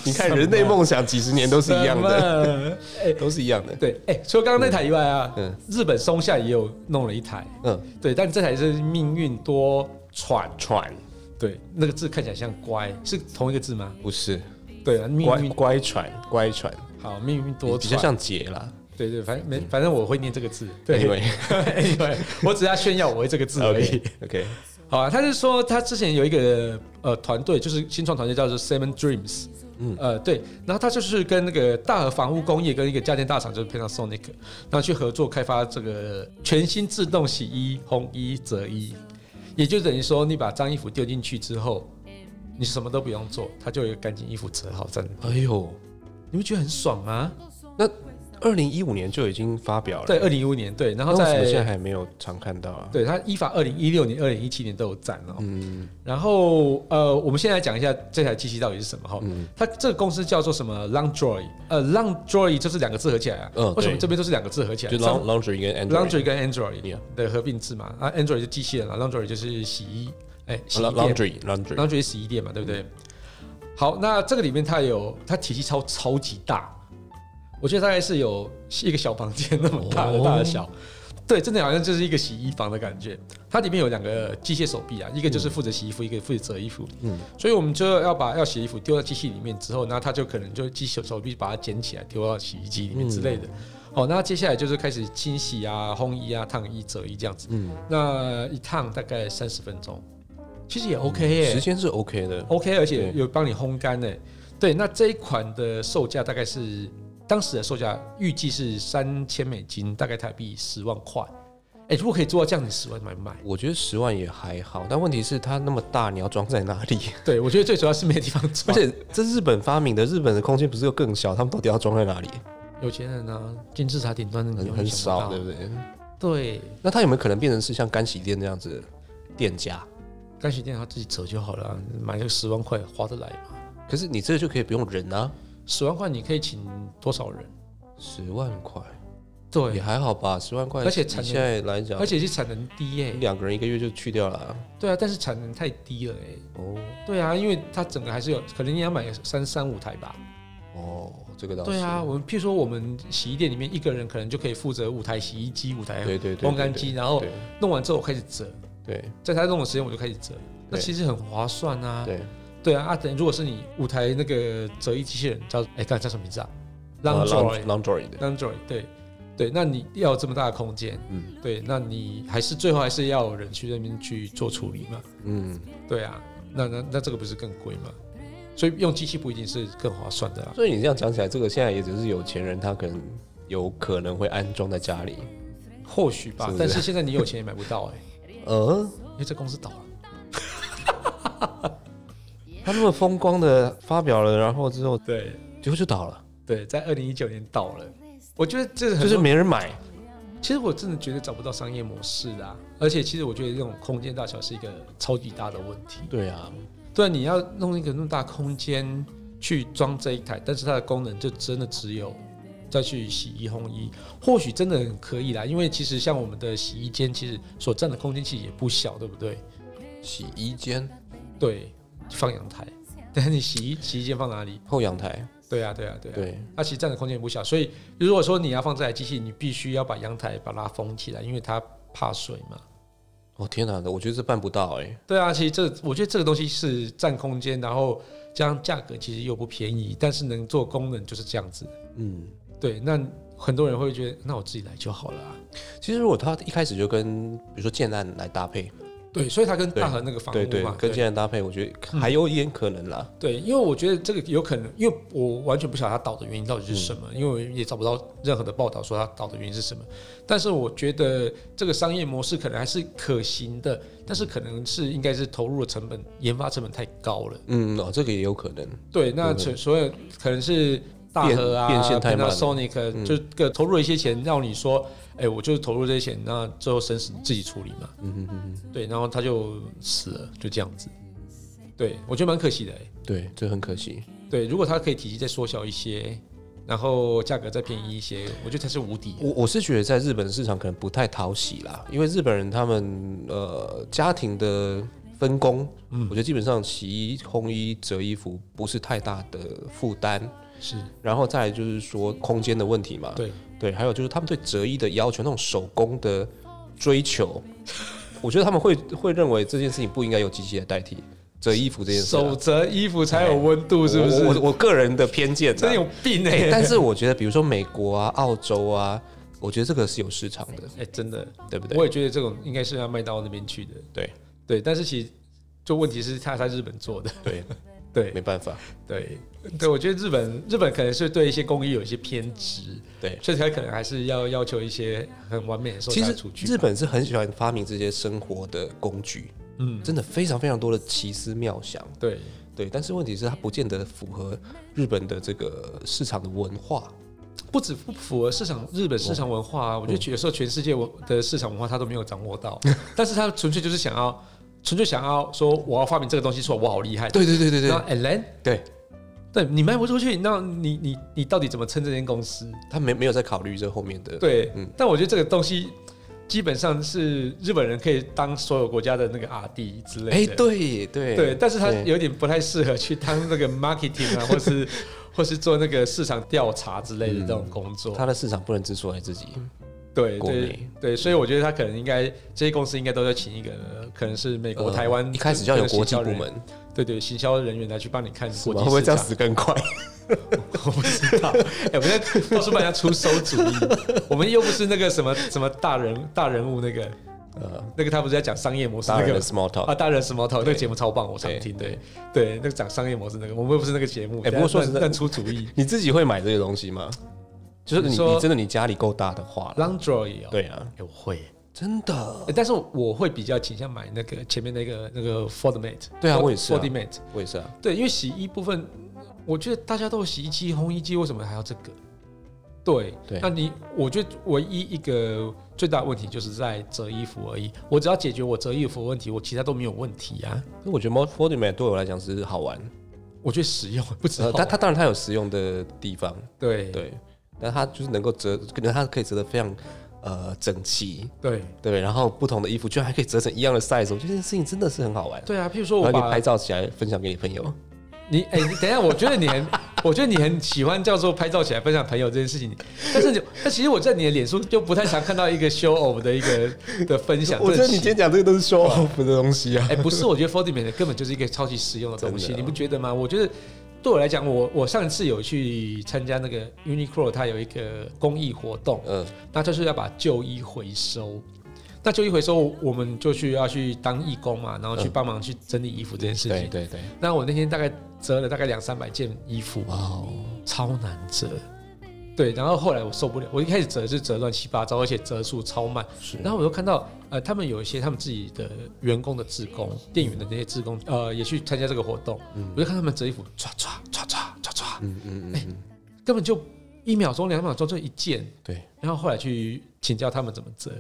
Speaker 3: 你看，人类梦想几十年都是一样的，
Speaker 2: 的。哎，
Speaker 3: 都是一样的。
Speaker 2: 对，哎，除了刚刚那台以外啊
Speaker 3: 嗯，
Speaker 2: 日本松下也有弄了一台，
Speaker 3: 嗯，
Speaker 2: 对，但这台是命运多舛。
Speaker 3: 喘
Speaker 2: 对，那个字看起来像乖，是同一个字吗？
Speaker 3: 不是
Speaker 2: 对啊，命
Speaker 3: 乖
Speaker 2: 运
Speaker 3: 乖喘乖喘，
Speaker 2: 好，命运多
Speaker 3: 比较
Speaker 2: 舛。
Speaker 3: 像解啦。
Speaker 2: 对对，反正没，反正我会念这个 字。对，
Speaker 3: 因为
Speaker 2: anyway，我只是要炫耀我会这个字 而已
Speaker 3: OK。OK，
Speaker 2: 好啊，他是说他之前有一个呃团队，就是新创团队叫做 Seven Dreams，嗯
Speaker 3: 嗯，
Speaker 2: 呃对，然后他就是跟那个大和房屋工业跟一个家电大厂就是 Panasonic，然后去合作开发这个全新自动洗衣、烘衣、折衣，也就等于说你把脏衣服丢进去之后，你什么都不用做，它就有一个干净衣服折好在那边，
Speaker 3: 哎呦，
Speaker 2: 你会觉得很爽吗？
Speaker 3: 那二零一五年就已经发表了，
Speaker 2: 对，二零一五年对，然后
Speaker 3: 那为什么现在
Speaker 2: 在
Speaker 3: 还没有常看到啊？
Speaker 2: 对它依法二零一六年、二零一七年都有展哦，
Speaker 3: 嗯
Speaker 2: 然后呃，我们先来讲一下这台机器到底是什么哈。
Speaker 3: 嗯
Speaker 2: 它这个公司叫做什么 Laundry，呃，Laundry 就是两个字合起来啊。
Speaker 3: 嗯
Speaker 2: 为什么
Speaker 3: 对
Speaker 2: 这边都是两个字合起来？
Speaker 3: 就 laun- laundry 跟啊
Speaker 2: Laundry 跟 Android
Speaker 3: Yeah
Speaker 2: 的合并字嘛，啊，Android 就机器人了，Laundry 就是洗衣，哎，洗衣店
Speaker 3: laundry laundry，
Speaker 2: ，Laundry 是洗衣店嘛，对不对？好，那这个里面它有它体积超超级大，我觉得大概是有一个小房间那么大的
Speaker 3: 哦
Speaker 2: 大小。对，真的好像就是一个洗衣房的感觉。它里面有两个机械手臂啊，一个就是负责洗衣服，一个负责折衣服。
Speaker 3: 嗯
Speaker 2: 所以我们就要把要洗衣服丢到机器里面之后，那它就可能就机手手臂把它捡起来丢到洗衣机里面之类
Speaker 3: 嗯
Speaker 2: 的。哦，那接下来就是开始清洗啊、烘衣啊、烫衣、折衣这样子。
Speaker 3: 嗯，
Speaker 2: 那一烫大概三十分钟，其实也 OK 耶、
Speaker 3: 时间是 OK 的，
Speaker 2: OK，而且
Speaker 3: 对
Speaker 2: 有帮你烘干呢。对，那这一款的售价大概是当时的售价预计是三千美金，大概台币十万块。哎、如果可以做到这样，你十万买不买？
Speaker 3: 我觉得十万也还好，但问题是它那么大，你要装在哪里？
Speaker 2: 对，我觉得最主要是没地方
Speaker 3: 而
Speaker 2: 装，
Speaker 3: 且这日本发明的，日本的空间不是又更小？他们到底要装在哪里？
Speaker 2: 有钱人啊，金字塔顶端的你
Speaker 3: 很
Speaker 2: 永
Speaker 3: 很
Speaker 2: 远想不
Speaker 3: 少，
Speaker 2: 到
Speaker 3: 对不对？
Speaker 2: 对，
Speaker 3: 那它有没有可能变成是像干洗店这样子的店家？
Speaker 2: 干洗店他自己折就好了啊，买个十万块划得来嘛？
Speaker 3: 可是你这就可以不用人啊，
Speaker 2: 十万块你可以请多少人？
Speaker 3: 十万块也
Speaker 2: 对，
Speaker 3: 还好吧，十万块，
Speaker 2: 而且
Speaker 3: 以
Speaker 2: 产能
Speaker 3: 现在来讲，
Speaker 2: 而且是产能低耶、
Speaker 3: 两个人一个月就去掉了啊、
Speaker 2: 对啊，但是产能太低了哎、
Speaker 3: 哦
Speaker 2: 对啊，因为它整个还是有可能你要买个三三五台吧。
Speaker 3: 哦，这个倒是
Speaker 2: 对啊，我们譬如说我们洗衣店里面一个人可能就可以负责五台洗衣机、五台
Speaker 3: 对对对，
Speaker 2: 烘干机，然后
Speaker 3: 对
Speaker 2: 弄完之后我开始折，
Speaker 3: 对
Speaker 2: 在他弄的时间我就开始折，那其实很划算啊。
Speaker 3: 对
Speaker 2: 对啊，啊等如果是你五台那个折衣机器人叫哎，刚才叫什么名字啊 l a u n d r o
Speaker 3: ，laundry
Speaker 2: y
Speaker 3: laundry 的，
Speaker 2: l a u n d r o y 对对，那你要有这么大的空间，
Speaker 3: 嗯
Speaker 2: 对，那你还是最后还是要有人去那边去做处理嘛。
Speaker 3: 嗯，
Speaker 2: 对啊，那那那这个不是更贵吗？所以用机器不一定是更划算的啦。啊
Speaker 3: 所以你这样讲起来，这个现在也只是有钱人他可能有可能会安装在家里，
Speaker 2: 或许吧，
Speaker 3: 是不是
Speaker 2: 但是现在你有钱也买不到哎、
Speaker 3: 呃，
Speaker 2: 因为这公司倒了。
Speaker 3: 他那么风光的发表了，然后之后
Speaker 2: 对
Speaker 3: 结果就倒了，
Speaker 2: 对，在二零一九年倒了。我觉得这是
Speaker 3: 就
Speaker 2: 很
Speaker 3: 是
Speaker 2: 多，
Speaker 3: 没人买，
Speaker 2: 其实我真的觉得找不到商业模式啦。而且其实我觉得这种空间大小是一个超级大的问题。
Speaker 3: 对啊，
Speaker 2: 对啊，你要弄一个那么大空间去装这一台，但是它的功能就真的只有再去洗衣烘衣，或许真的很可以啦。因为其实像我们的洗衣间，其实所占的空间其实也不小，对不对？
Speaker 3: 洗衣间，
Speaker 2: 对，放阳台，但是你洗衣洗衣间放哪里？
Speaker 3: 后阳台，
Speaker 2: 对啊，对啊，对啊。
Speaker 3: 对，
Speaker 2: 它其实占的空间也不小，所以如果说你要放这台机器，你必须要把阳台把它封起来，因为它怕水嘛。
Speaker 3: 哦天哪，我觉得这办不到哎、
Speaker 2: 对啊，其实这我觉得这个东西是占空间，然后加上价格其实又不便宜，但是能做功能就是这样子。
Speaker 3: 嗯，
Speaker 2: 对，那很多人会觉得，那我自己来就好了啊。
Speaker 3: 其实如果他一开始就跟比如说建案来搭配，
Speaker 2: 对，所以它跟大和那个房
Speaker 3: 对
Speaker 2: 屋
Speaker 3: 对
Speaker 2: 嘛，，
Speaker 3: 跟建案搭配，我觉得还有一点可能啦。
Speaker 2: 对，因为我觉得这个有可能，因为我完全不晓得它倒的原因到底是什
Speaker 3: 嗯
Speaker 2: 么，因为我也找不到任何的报道说它倒的原因是什么。但是我觉得这个商业模式可能还是可行的，但是可能是应该是投入的成本、研发成本太高了。
Speaker 3: 嗯，哦，这个也有可能。
Speaker 2: 对，那所所有可能是大和啊、
Speaker 3: 嗯变变现太慢了嗯
Speaker 2: Panasonic，、就个投入了一些钱，让你说，哎、我就是投入这些钱，那最后生死你自己处理嘛。
Speaker 3: 嗯嗯嗯，
Speaker 2: 对，然后他就死了，就这样子。对，我觉得蛮可惜的、哎
Speaker 3: 嗯对，这很可惜。
Speaker 2: 对，如果它可以体积再缩小一些，然后价格再便宜一些，我觉得才是无敌。
Speaker 3: 我我是觉得在日本市场可能不太讨喜啦，因为日本人他们呃家庭的分工，
Speaker 2: 嗯
Speaker 3: 我觉得基本上洗衣、烘衣、折衣服不是太大的负担。
Speaker 2: 是
Speaker 3: 然后再来就是说空间的问题嘛，
Speaker 2: 对，
Speaker 3: 对，还有就是他们对折衣的要求，那种手工的追求， 我觉得他们会会认为这件事情不应该由机器来代替折衣服这件事啊、哎
Speaker 2: 手折衣服才有温度，是不
Speaker 3: 我我
Speaker 2: 是？
Speaker 3: 我个人的偏见、啊，
Speaker 2: 真有病哎、
Speaker 3: 欸但是我觉得，比如说美国啊、澳洲啊，我觉得这个是有市场的，
Speaker 2: 哎、真的，
Speaker 3: 对不对？
Speaker 2: 我也觉得这种应该是要卖到那边去的。
Speaker 3: 对
Speaker 2: 对，但是其实就问题是他在日本做的。
Speaker 3: 对，
Speaker 2: 对
Speaker 3: 没办法，
Speaker 2: 对对，我觉得日本日本可能是对一些工艺有一些偏执，
Speaker 3: 对。
Speaker 2: 所以他可能还是要要求一些很完美的售
Speaker 3: 其
Speaker 2: 价
Speaker 3: 实
Speaker 2: 出去。
Speaker 3: 日本是很喜欢发明这些生活的工具，
Speaker 2: 嗯，
Speaker 3: 真的非常非常多的奇思妙想，
Speaker 2: 对
Speaker 3: 对。但是问题是，它不见得符合日本的这个市场的文化，
Speaker 2: 不止不符合市场日本市场文化、
Speaker 3: 哦
Speaker 2: 啊，我觉
Speaker 3: 嗯
Speaker 2: 得有时候全世界文的市场文化他都没有掌握到， 但是他纯粹就是想要，纯粹想要说我要发明这个东西出来，我好厉害。
Speaker 3: 对对对对
Speaker 2: 然
Speaker 3: 对
Speaker 2: 后 a l a n
Speaker 3: 对，
Speaker 2: 对你卖不出去，那你你你到底怎么撑这间公司？
Speaker 3: 他没没有在考虑这后面的，
Speaker 2: 对，
Speaker 3: 嗯
Speaker 2: 但我觉得这个东西基本上是日本人可以当所有国家的那个 R D 之
Speaker 3: 哎、
Speaker 2: 类的。
Speaker 3: 对对
Speaker 2: 对，但是他
Speaker 3: 对
Speaker 2: 有点不太适合去当那个 marketing 啊，或 是或是做那个市场调查之类的这种工作。
Speaker 3: 他的市场不能只属于自己，
Speaker 2: 嗯对
Speaker 3: 国
Speaker 2: 对
Speaker 3: 内
Speaker 2: 对，所以我觉得他可能应该这些公司应该都要请一个，呃可能是美国、
Speaker 3: 呃
Speaker 2: 台湾
Speaker 3: 一开始就要有
Speaker 2: 的行
Speaker 3: 国际
Speaker 2: 销
Speaker 3: 部
Speaker 2: 人员，
Speaker 3: 门，
Speaker 2: 对对，行销人员来去帮你看
Speaker 3: 是
Speaker 2: 国
Speaker 3: 吗
Speaker 2: 际
Speaker 3: 会不会
Speaker 2: 市
Speaker 3: 这样
Speaker 2: 场。
Speaker 3: 死 更快？
Speaker 2: 我不知道， 哎、我们在到处帮人家出馊主意，我们又不是那个什么什么大人大人物那个
Speaker 3: 呃，
Speaker 2: 那个，他不是在讲商业模式
Speaker 3: 大
Speaker 2: 那
Speaker 3: 人
Speaker 2: 个
Speaker 3: 的 small talk
Speaker 2: 啊，大人什么头那个节目超棒，我常
Speaker 3: 对
Speaker 2: 听，对对，那个讲商业模式那个，我们又不是那个节目，
Speaker 3: 哎不过说实
Speaker 2: 但
Speaker 3: 在
Speaker 2: 但出主 意
Speaker 3: 你自己会买这些东西吗？就是
Speaker 2: 你
Speaker 3: 你，
Speaker 2: 说
Speaker 3: 你真的你家里够大的话啦，
Speaker 2: ，Landroid 哦，
Speaker 3: 对啊，
Speaker 2: 哎，我会。
Speaker 3: 真的，
Speaker 2: 欸但是我会比较倾向买那个前面那个那个 Ford Mate。
Speaker 3: 对啊我也是啊
Speaker 2: Ford Mate。
Speaker 3: 我也是啊，
Speaker 2: 对，因为洗衣部分，我觉得大家都有洗衣机、烘衣机，为什么还要这个？对，
Speaker 3: 对
Speaker 2: 那你我觉得唯一一个最大的问题就是在折衣服而已。我只要解决我折衣服的问题，我其他都没有问题啊。
Speaker 3: 那我觉得 Mod f o r d m a t 对我来讲是好玩，
Speaker 2: 我觉得实用， 不止
Speaker 3: 呃，
Speaker 2: 好
Speaker 3: 但它当然它有实用的地方，
Speaker 2: 对
Speaker 3: 对，但它就是能够折，可能它可以折得非常呃整齐，
Speaker 2: 对
Speaker 3: 对，然后不同的衣服居然还可以折成一样的 size，我觉得这件事情真的是很好玩。
Speaker 2: 对啊，譬如说
Speaker 3: 然后
Speaker 2: 我
Speaker 3: 你
Speaker 2: 把
Speaker 3: 拍照起来分享给你朋友，
Speaker 2: 你哎、你等一下，我觉得你很， 我觉得你很喜欢叫做拍照起来分享朋友这件事情，但是你，但其实我在你的脸书就不太常看到一个 show off 的一个的分享。
Speaker 3: 我觉得
Speaker 2: 这很
Speaker 3: 你今
Speaker 2: 奇
Speaker 3: 天讲这个都是 show off 的东西啊。
Speaker 2: 哎、不是，我觉得 Forty Minute 根本就是一个超级实用的东西，
Speaker 3: 真的啊
Speaker 2: 你不觉得吗？我觉得对我来讲，我我上次有去参加那个 Uniqlo，它有一个公益活动，
Speaker 3: 嗯，
Speaker 2: 那就是要把旧衣回收。那旧衣回收，我们就去要去当义工嘛，然后去帮忙去整理衣服这件事
Speaker 3: 嗯对
Speaker 2: 情。
Speaker 3: 对对，
Speaker 2: 那我那天大概折了大概两三百件衣服，
Speaker 3: 哇哦，
Speaker 2: 超难折。对，然后后来我受不了，我一开始折是折乱七八糟，而且折数超慢。
Speaker 3: 是
Speaker 2: 然后我又看到，呃，他们有一些他们自己的员工的志工，
Speaker 3: 嗯
Speaker 2: 店员的那些志工，呃，也去参加这个活动。我就看他们折衣服，唰唰唰唰唰唰，哎
Speaker 3: 嗯嗯嗯嗯，
Speaker 2: 根本就一秒钟、两秒钟就一件。
Speaker 3: 对，
Speaker 2: 然后后来去请教他们怎么折，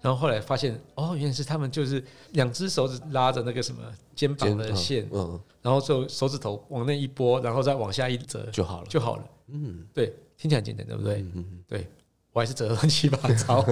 Speaker 2: 然后后来发现，哦，原来是他们就是两只手指拉着那个什么肩膀的线，
Speaker 3: 嗯，
Speaker 2: 然后就手指头往那一拨，然后再往下一折
Speaker 3: 就好了。
Speaker 2: 就好了。
Speaker 3: 嗯，
Speaker 2: 对，听起来很简单，对不对？
Speaker 3: 嗯嗯嗯
Speaker 2: 对我还是折得乱七八糟。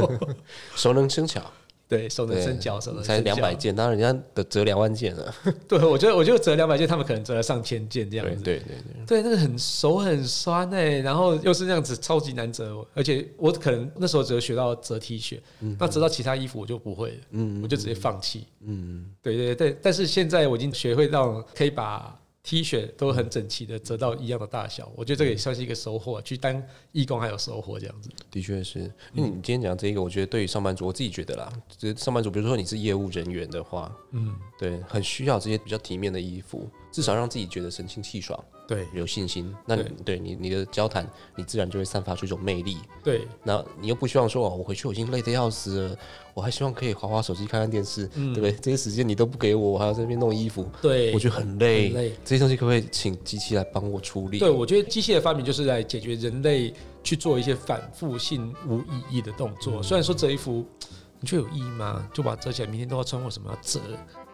Speaker 3: 熟能生巧。
Speaker 2: 对手能
Speaker 3: 对
Speaker 2: 生脚，手能
Speaker 3: 才
Speaker 2: 生
Speaker 3: 两
Speaker 2: 脚
Speaker 3: 百件，当然人家的折两万件了。
Speaker 2: 对，我觉得我觉得折两百件，他们可能折了上千件这样
Speaker 3: 对
Speaker 2: 子。
Speaker 3: 对对对，
Speaker 2: 对，那个很手很酸哎、然后又是那样子，超级难折。而且我可能那时候只有学到折 T 恤，那折到其他衣服我就不会了，
Speaker 3: 嗯
Speaker 2: 我就直接放弃。
Speaker 3: 嗯，
Speaker 2: 对对对，但是现在我已经学会到可以把 T 恤都很整齐的折到一样的大小，我觉得这个也算是一个收获，去当义工还有收获这样子。
Speaker 3: 的确是。
Speaker 2: 嗯
Speaker 3: 因为你今天讲这个，我觉得对于上班族，我自己觉得啦，就是上班族，比如说你是业务人员的话，
Speaker 2: 嗯，
Speaker 3: 对，很需要这些比较体面的衣服，至少让自己觉得神清气爽，
Speaker 2: 对
Speaker 3: 有信心。那你对你你的交谈，你自然就会散发出一种魅力。
Speaker 2: 对
Speaker 3: 那你又不希望说哦，我回去我已经累得要死了，我还希望可以划划手机、看看电视，对不对？这些时间你都不给我，我还要在那边弄衣服，
Speaker 2: 嗯对，
Speaker 3: 我觉得很累。
Speaker 2: 很累
Speaker 3: 这些东西可不可以请机器来帮我处理？
Speaker 2: 对，我觉得机械的发明就是来解决人类去做一些反复性无意义的动
Speaker 3: 嗯
Speaker 2: 作。虽然说折衣服，你觉得有意义吗？就把它折起来，明天都要穿，为什么要折？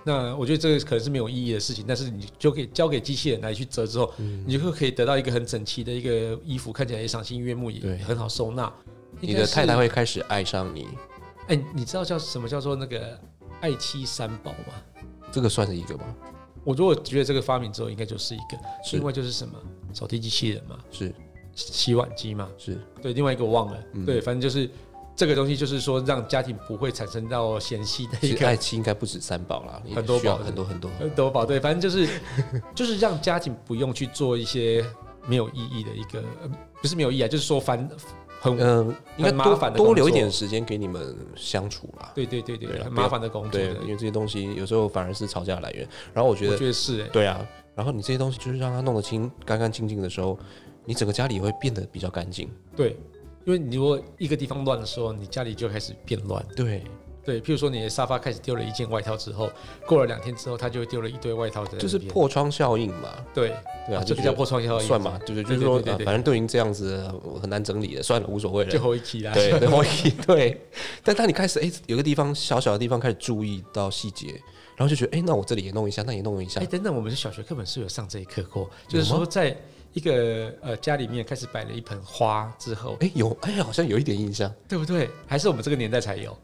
Speaker 2: 那我觉得这个可能是没有意义的事情，但是你就可以交给机器人来去折之后，
Speaker 3: 嗯
Speaker 2: 你就可以得到一个很整齐的一个衣服，看起来也赏心悦目，也
Speaker 3: 对
Speaker 2: 很好收纳。
Speaker 3: 你
Speaker 2: 应该
Speaker 3: 的
Speaker 2: 是
Speaker 3: 太太，会开始爱上你，
Speaker 2: 哎、你知道叫什么叫做那个爱妻三宝吗？
Speaker 3: 这个算是一个吧？
Speaker 2: 我如果觉得这个发明之后，应该就是一个，
Speaker 3: 是
Speaker 2: 另外就是什么扫地机器人嘛，
Speaker 3: 是
Speaker 2: 洗碗机嘛，
Speaker 3: 是，
Speaker 2: 对，另外一个我忘了，
Speaker 3: 嗯
Speaker 2: 对，反正就是这个东西，就是说让家庭不会产生到嫌隙的一
Speaker 3: 其实
Speaker 2: 个
Speaker 3: 爱妻应该不止三宝啦，你
Speaker 2: 很多
Speaker 3: 需要
Speaker 2: 宝
Speaker 3: 很多很多。
Speaker 2: 夺宝，对，反正就是就是让家庭不用去做一些没有意义的一个，呃不是没有意义啊，就是说烦很、
Speaker 3: 嗯，应该
Speaker 2: 很麻
Speaker 3: 多
Speaker 2: 烦的
Speaker 3: 多
Speaker 2: 工
Speaker 3: 留一
Speaker 2: 作
Speaker 3: 点时间给你们相处啦。
Speaker 2: 对对对对，
Speaker 3: 对啊
Speaker 2: 很
Speaker 3: 不要
Speaker 2: 麻烦的工作
Speaker 3: 对
Speaker 2: 的，，
Speaker 3: 因为这些东西有时候反而是吵架的来源。然后我觉
Speaker 2: 我
Speaker 3: 得
Speaker 2: 觉得是、欸，
Speaker 3: 对啊，然后你这些东西就是让它弄得清干干净净的时候，你整个家里会变得比较干净。
Speaker 2: 对，因为你如果一个地方乱的时候，你家里就开始变乱。
Speaker 3: 对，
Speaker 2: 对，譬如说你的沙发开始丢了一件外套之后，过了两天之后，它就会丢了一堆外套在那边，
Speaker 3: 就是破窗效应嘛。
Speaker 2: 对
Speaker 3: 对啊，
Speaker 2: 这个叫破窗效应，
Speaker 3: 算嘛，就是就是
Speaker 2: 哦对
Speaker 3: 说，
Speaker 2: 对对
Speaker 3: 啊
Speaker 2: 对对
Speaker 3: 反正都已经这样子了，我很难整理了，算了，无所谓
Speaker 2: 最
Speaker 3: 了。
Speaker 2: 后一期啦。
Speaker 3: 对，后一对，但当你开始哎、有个地方小小的地方开始注意到细节，然后就觉得哎、那我这里也弄一下，那也弄一下
Speaker 2: 哎、，等等，我们的小学课本是有上这一课过，就是说在一个呃家里面开始摆了一盆花之后，
Speaker 3: 哎、有哎、好像有一点印象，
Speaker 2: 对不对？还是我们这个年代才有？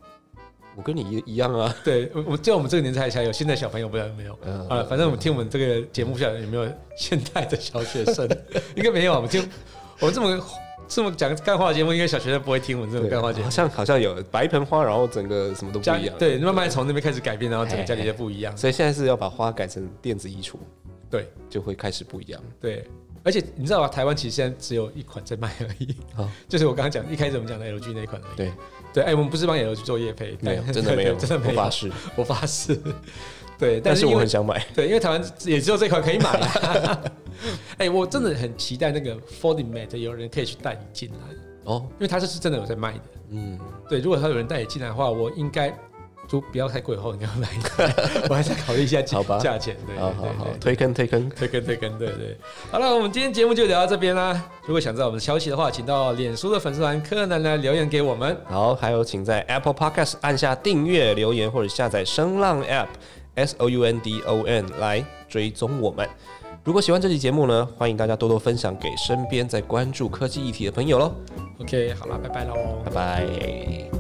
Speaker 3: 我跟你一一样 啊，
Speaker 2: 对，我我只有我们这个年代才有，现在小朋友不知道有没有。
Speaker 3: 嗯
Speaker 2: 好了，反正我们听我们这个节目，不晓得有没有现代的小学 生，应该没有啊。我们听我们这么这么讲干话的节目，应该小学生不会听我们这种
Speaker 3: 对
Speaker 2: 干话节
Speaker 3: 好
Speaker 2: 目。
Speaker 3: 像好像有白一盆花，然后整个什么啊都不
Speaker 2: 啊家
Speaker 3: 一样。哎
Speaker 2: 对，慢慢从那边开始改变，然后整个
Speaker 3: 嘿
Speaker 2: 家里
Speaker 3: 嘿
Speaker 2: 就不一样。
Speaker 3: 所以现在是要把花改成电子衣橱，
Speaker 2: 对
Speaker 3: 就会开始不一样。
Speaker 2: 对，而且你知道吧，台湾其实现在只有一款在卖而已，
Speaker 3: 好
Speaker 2: 就是我刚刚讲一开始我们讲的 LG 那一款而已。
Speaker 3: 对，
Speaker 2: 对，哎、我们不是帮 LG 做业配，
Speaker 3: 没有，
Speaker 2: 但
Speaker 3: 真的没有，
Speaker 2: 对真的没
Speaker 3: 我
Speaker 2: 有，
Speaker 3: 发誓。
Speaker 2: 我发誓。对，但
Speaker 3: 但
Speaker 2: 是
Speaker 3: 是
Speaker 2: 因
Speaker 3: 我
Speaker 2: 为
Speaker 3: 很想买，
Speaker 2: 对，因为台湾也只有这款可以买、啊。 哎、我真的很期待那个 Folding Mat 有人可以去代理进来，
Speaker 3: 哦，
Speaker 2: 因为它这是真的有在卖的。
Speaker 3: 嗯，
Speaker 2: 对，如果他有人代理进来的话，我应该就不要太贵后应该会买一台， 我还在考虑一下价
Speaker 3: 好吧
Speaker 2: 价钱。对
Speaker 3: 好
Speaker 2: 对
Speaker 3: 好
Speaker 2: 对
Speaker 3: 好
Speaker 2: 对，。
Speaker 3: 推坑推坑，
Speaker 2: 推跟推跟，对对。好了，我们今天节目就聊到这边啦。如果想知道我们的消息的话，请到脸书的粉丝团柯南来留言给我们。
Speaker 3: 好，还有请在 Apple Podcast 按下订阅、留言或者下载声浪 App S O U N D O N 来追踪我们。如果喜欢这期节目呢，欢迎大家多多分享给身边在关注科技议题的朋友喽，
Speaker 2: OK，好了，拜拜喽
Speaker 3: 拜。拜。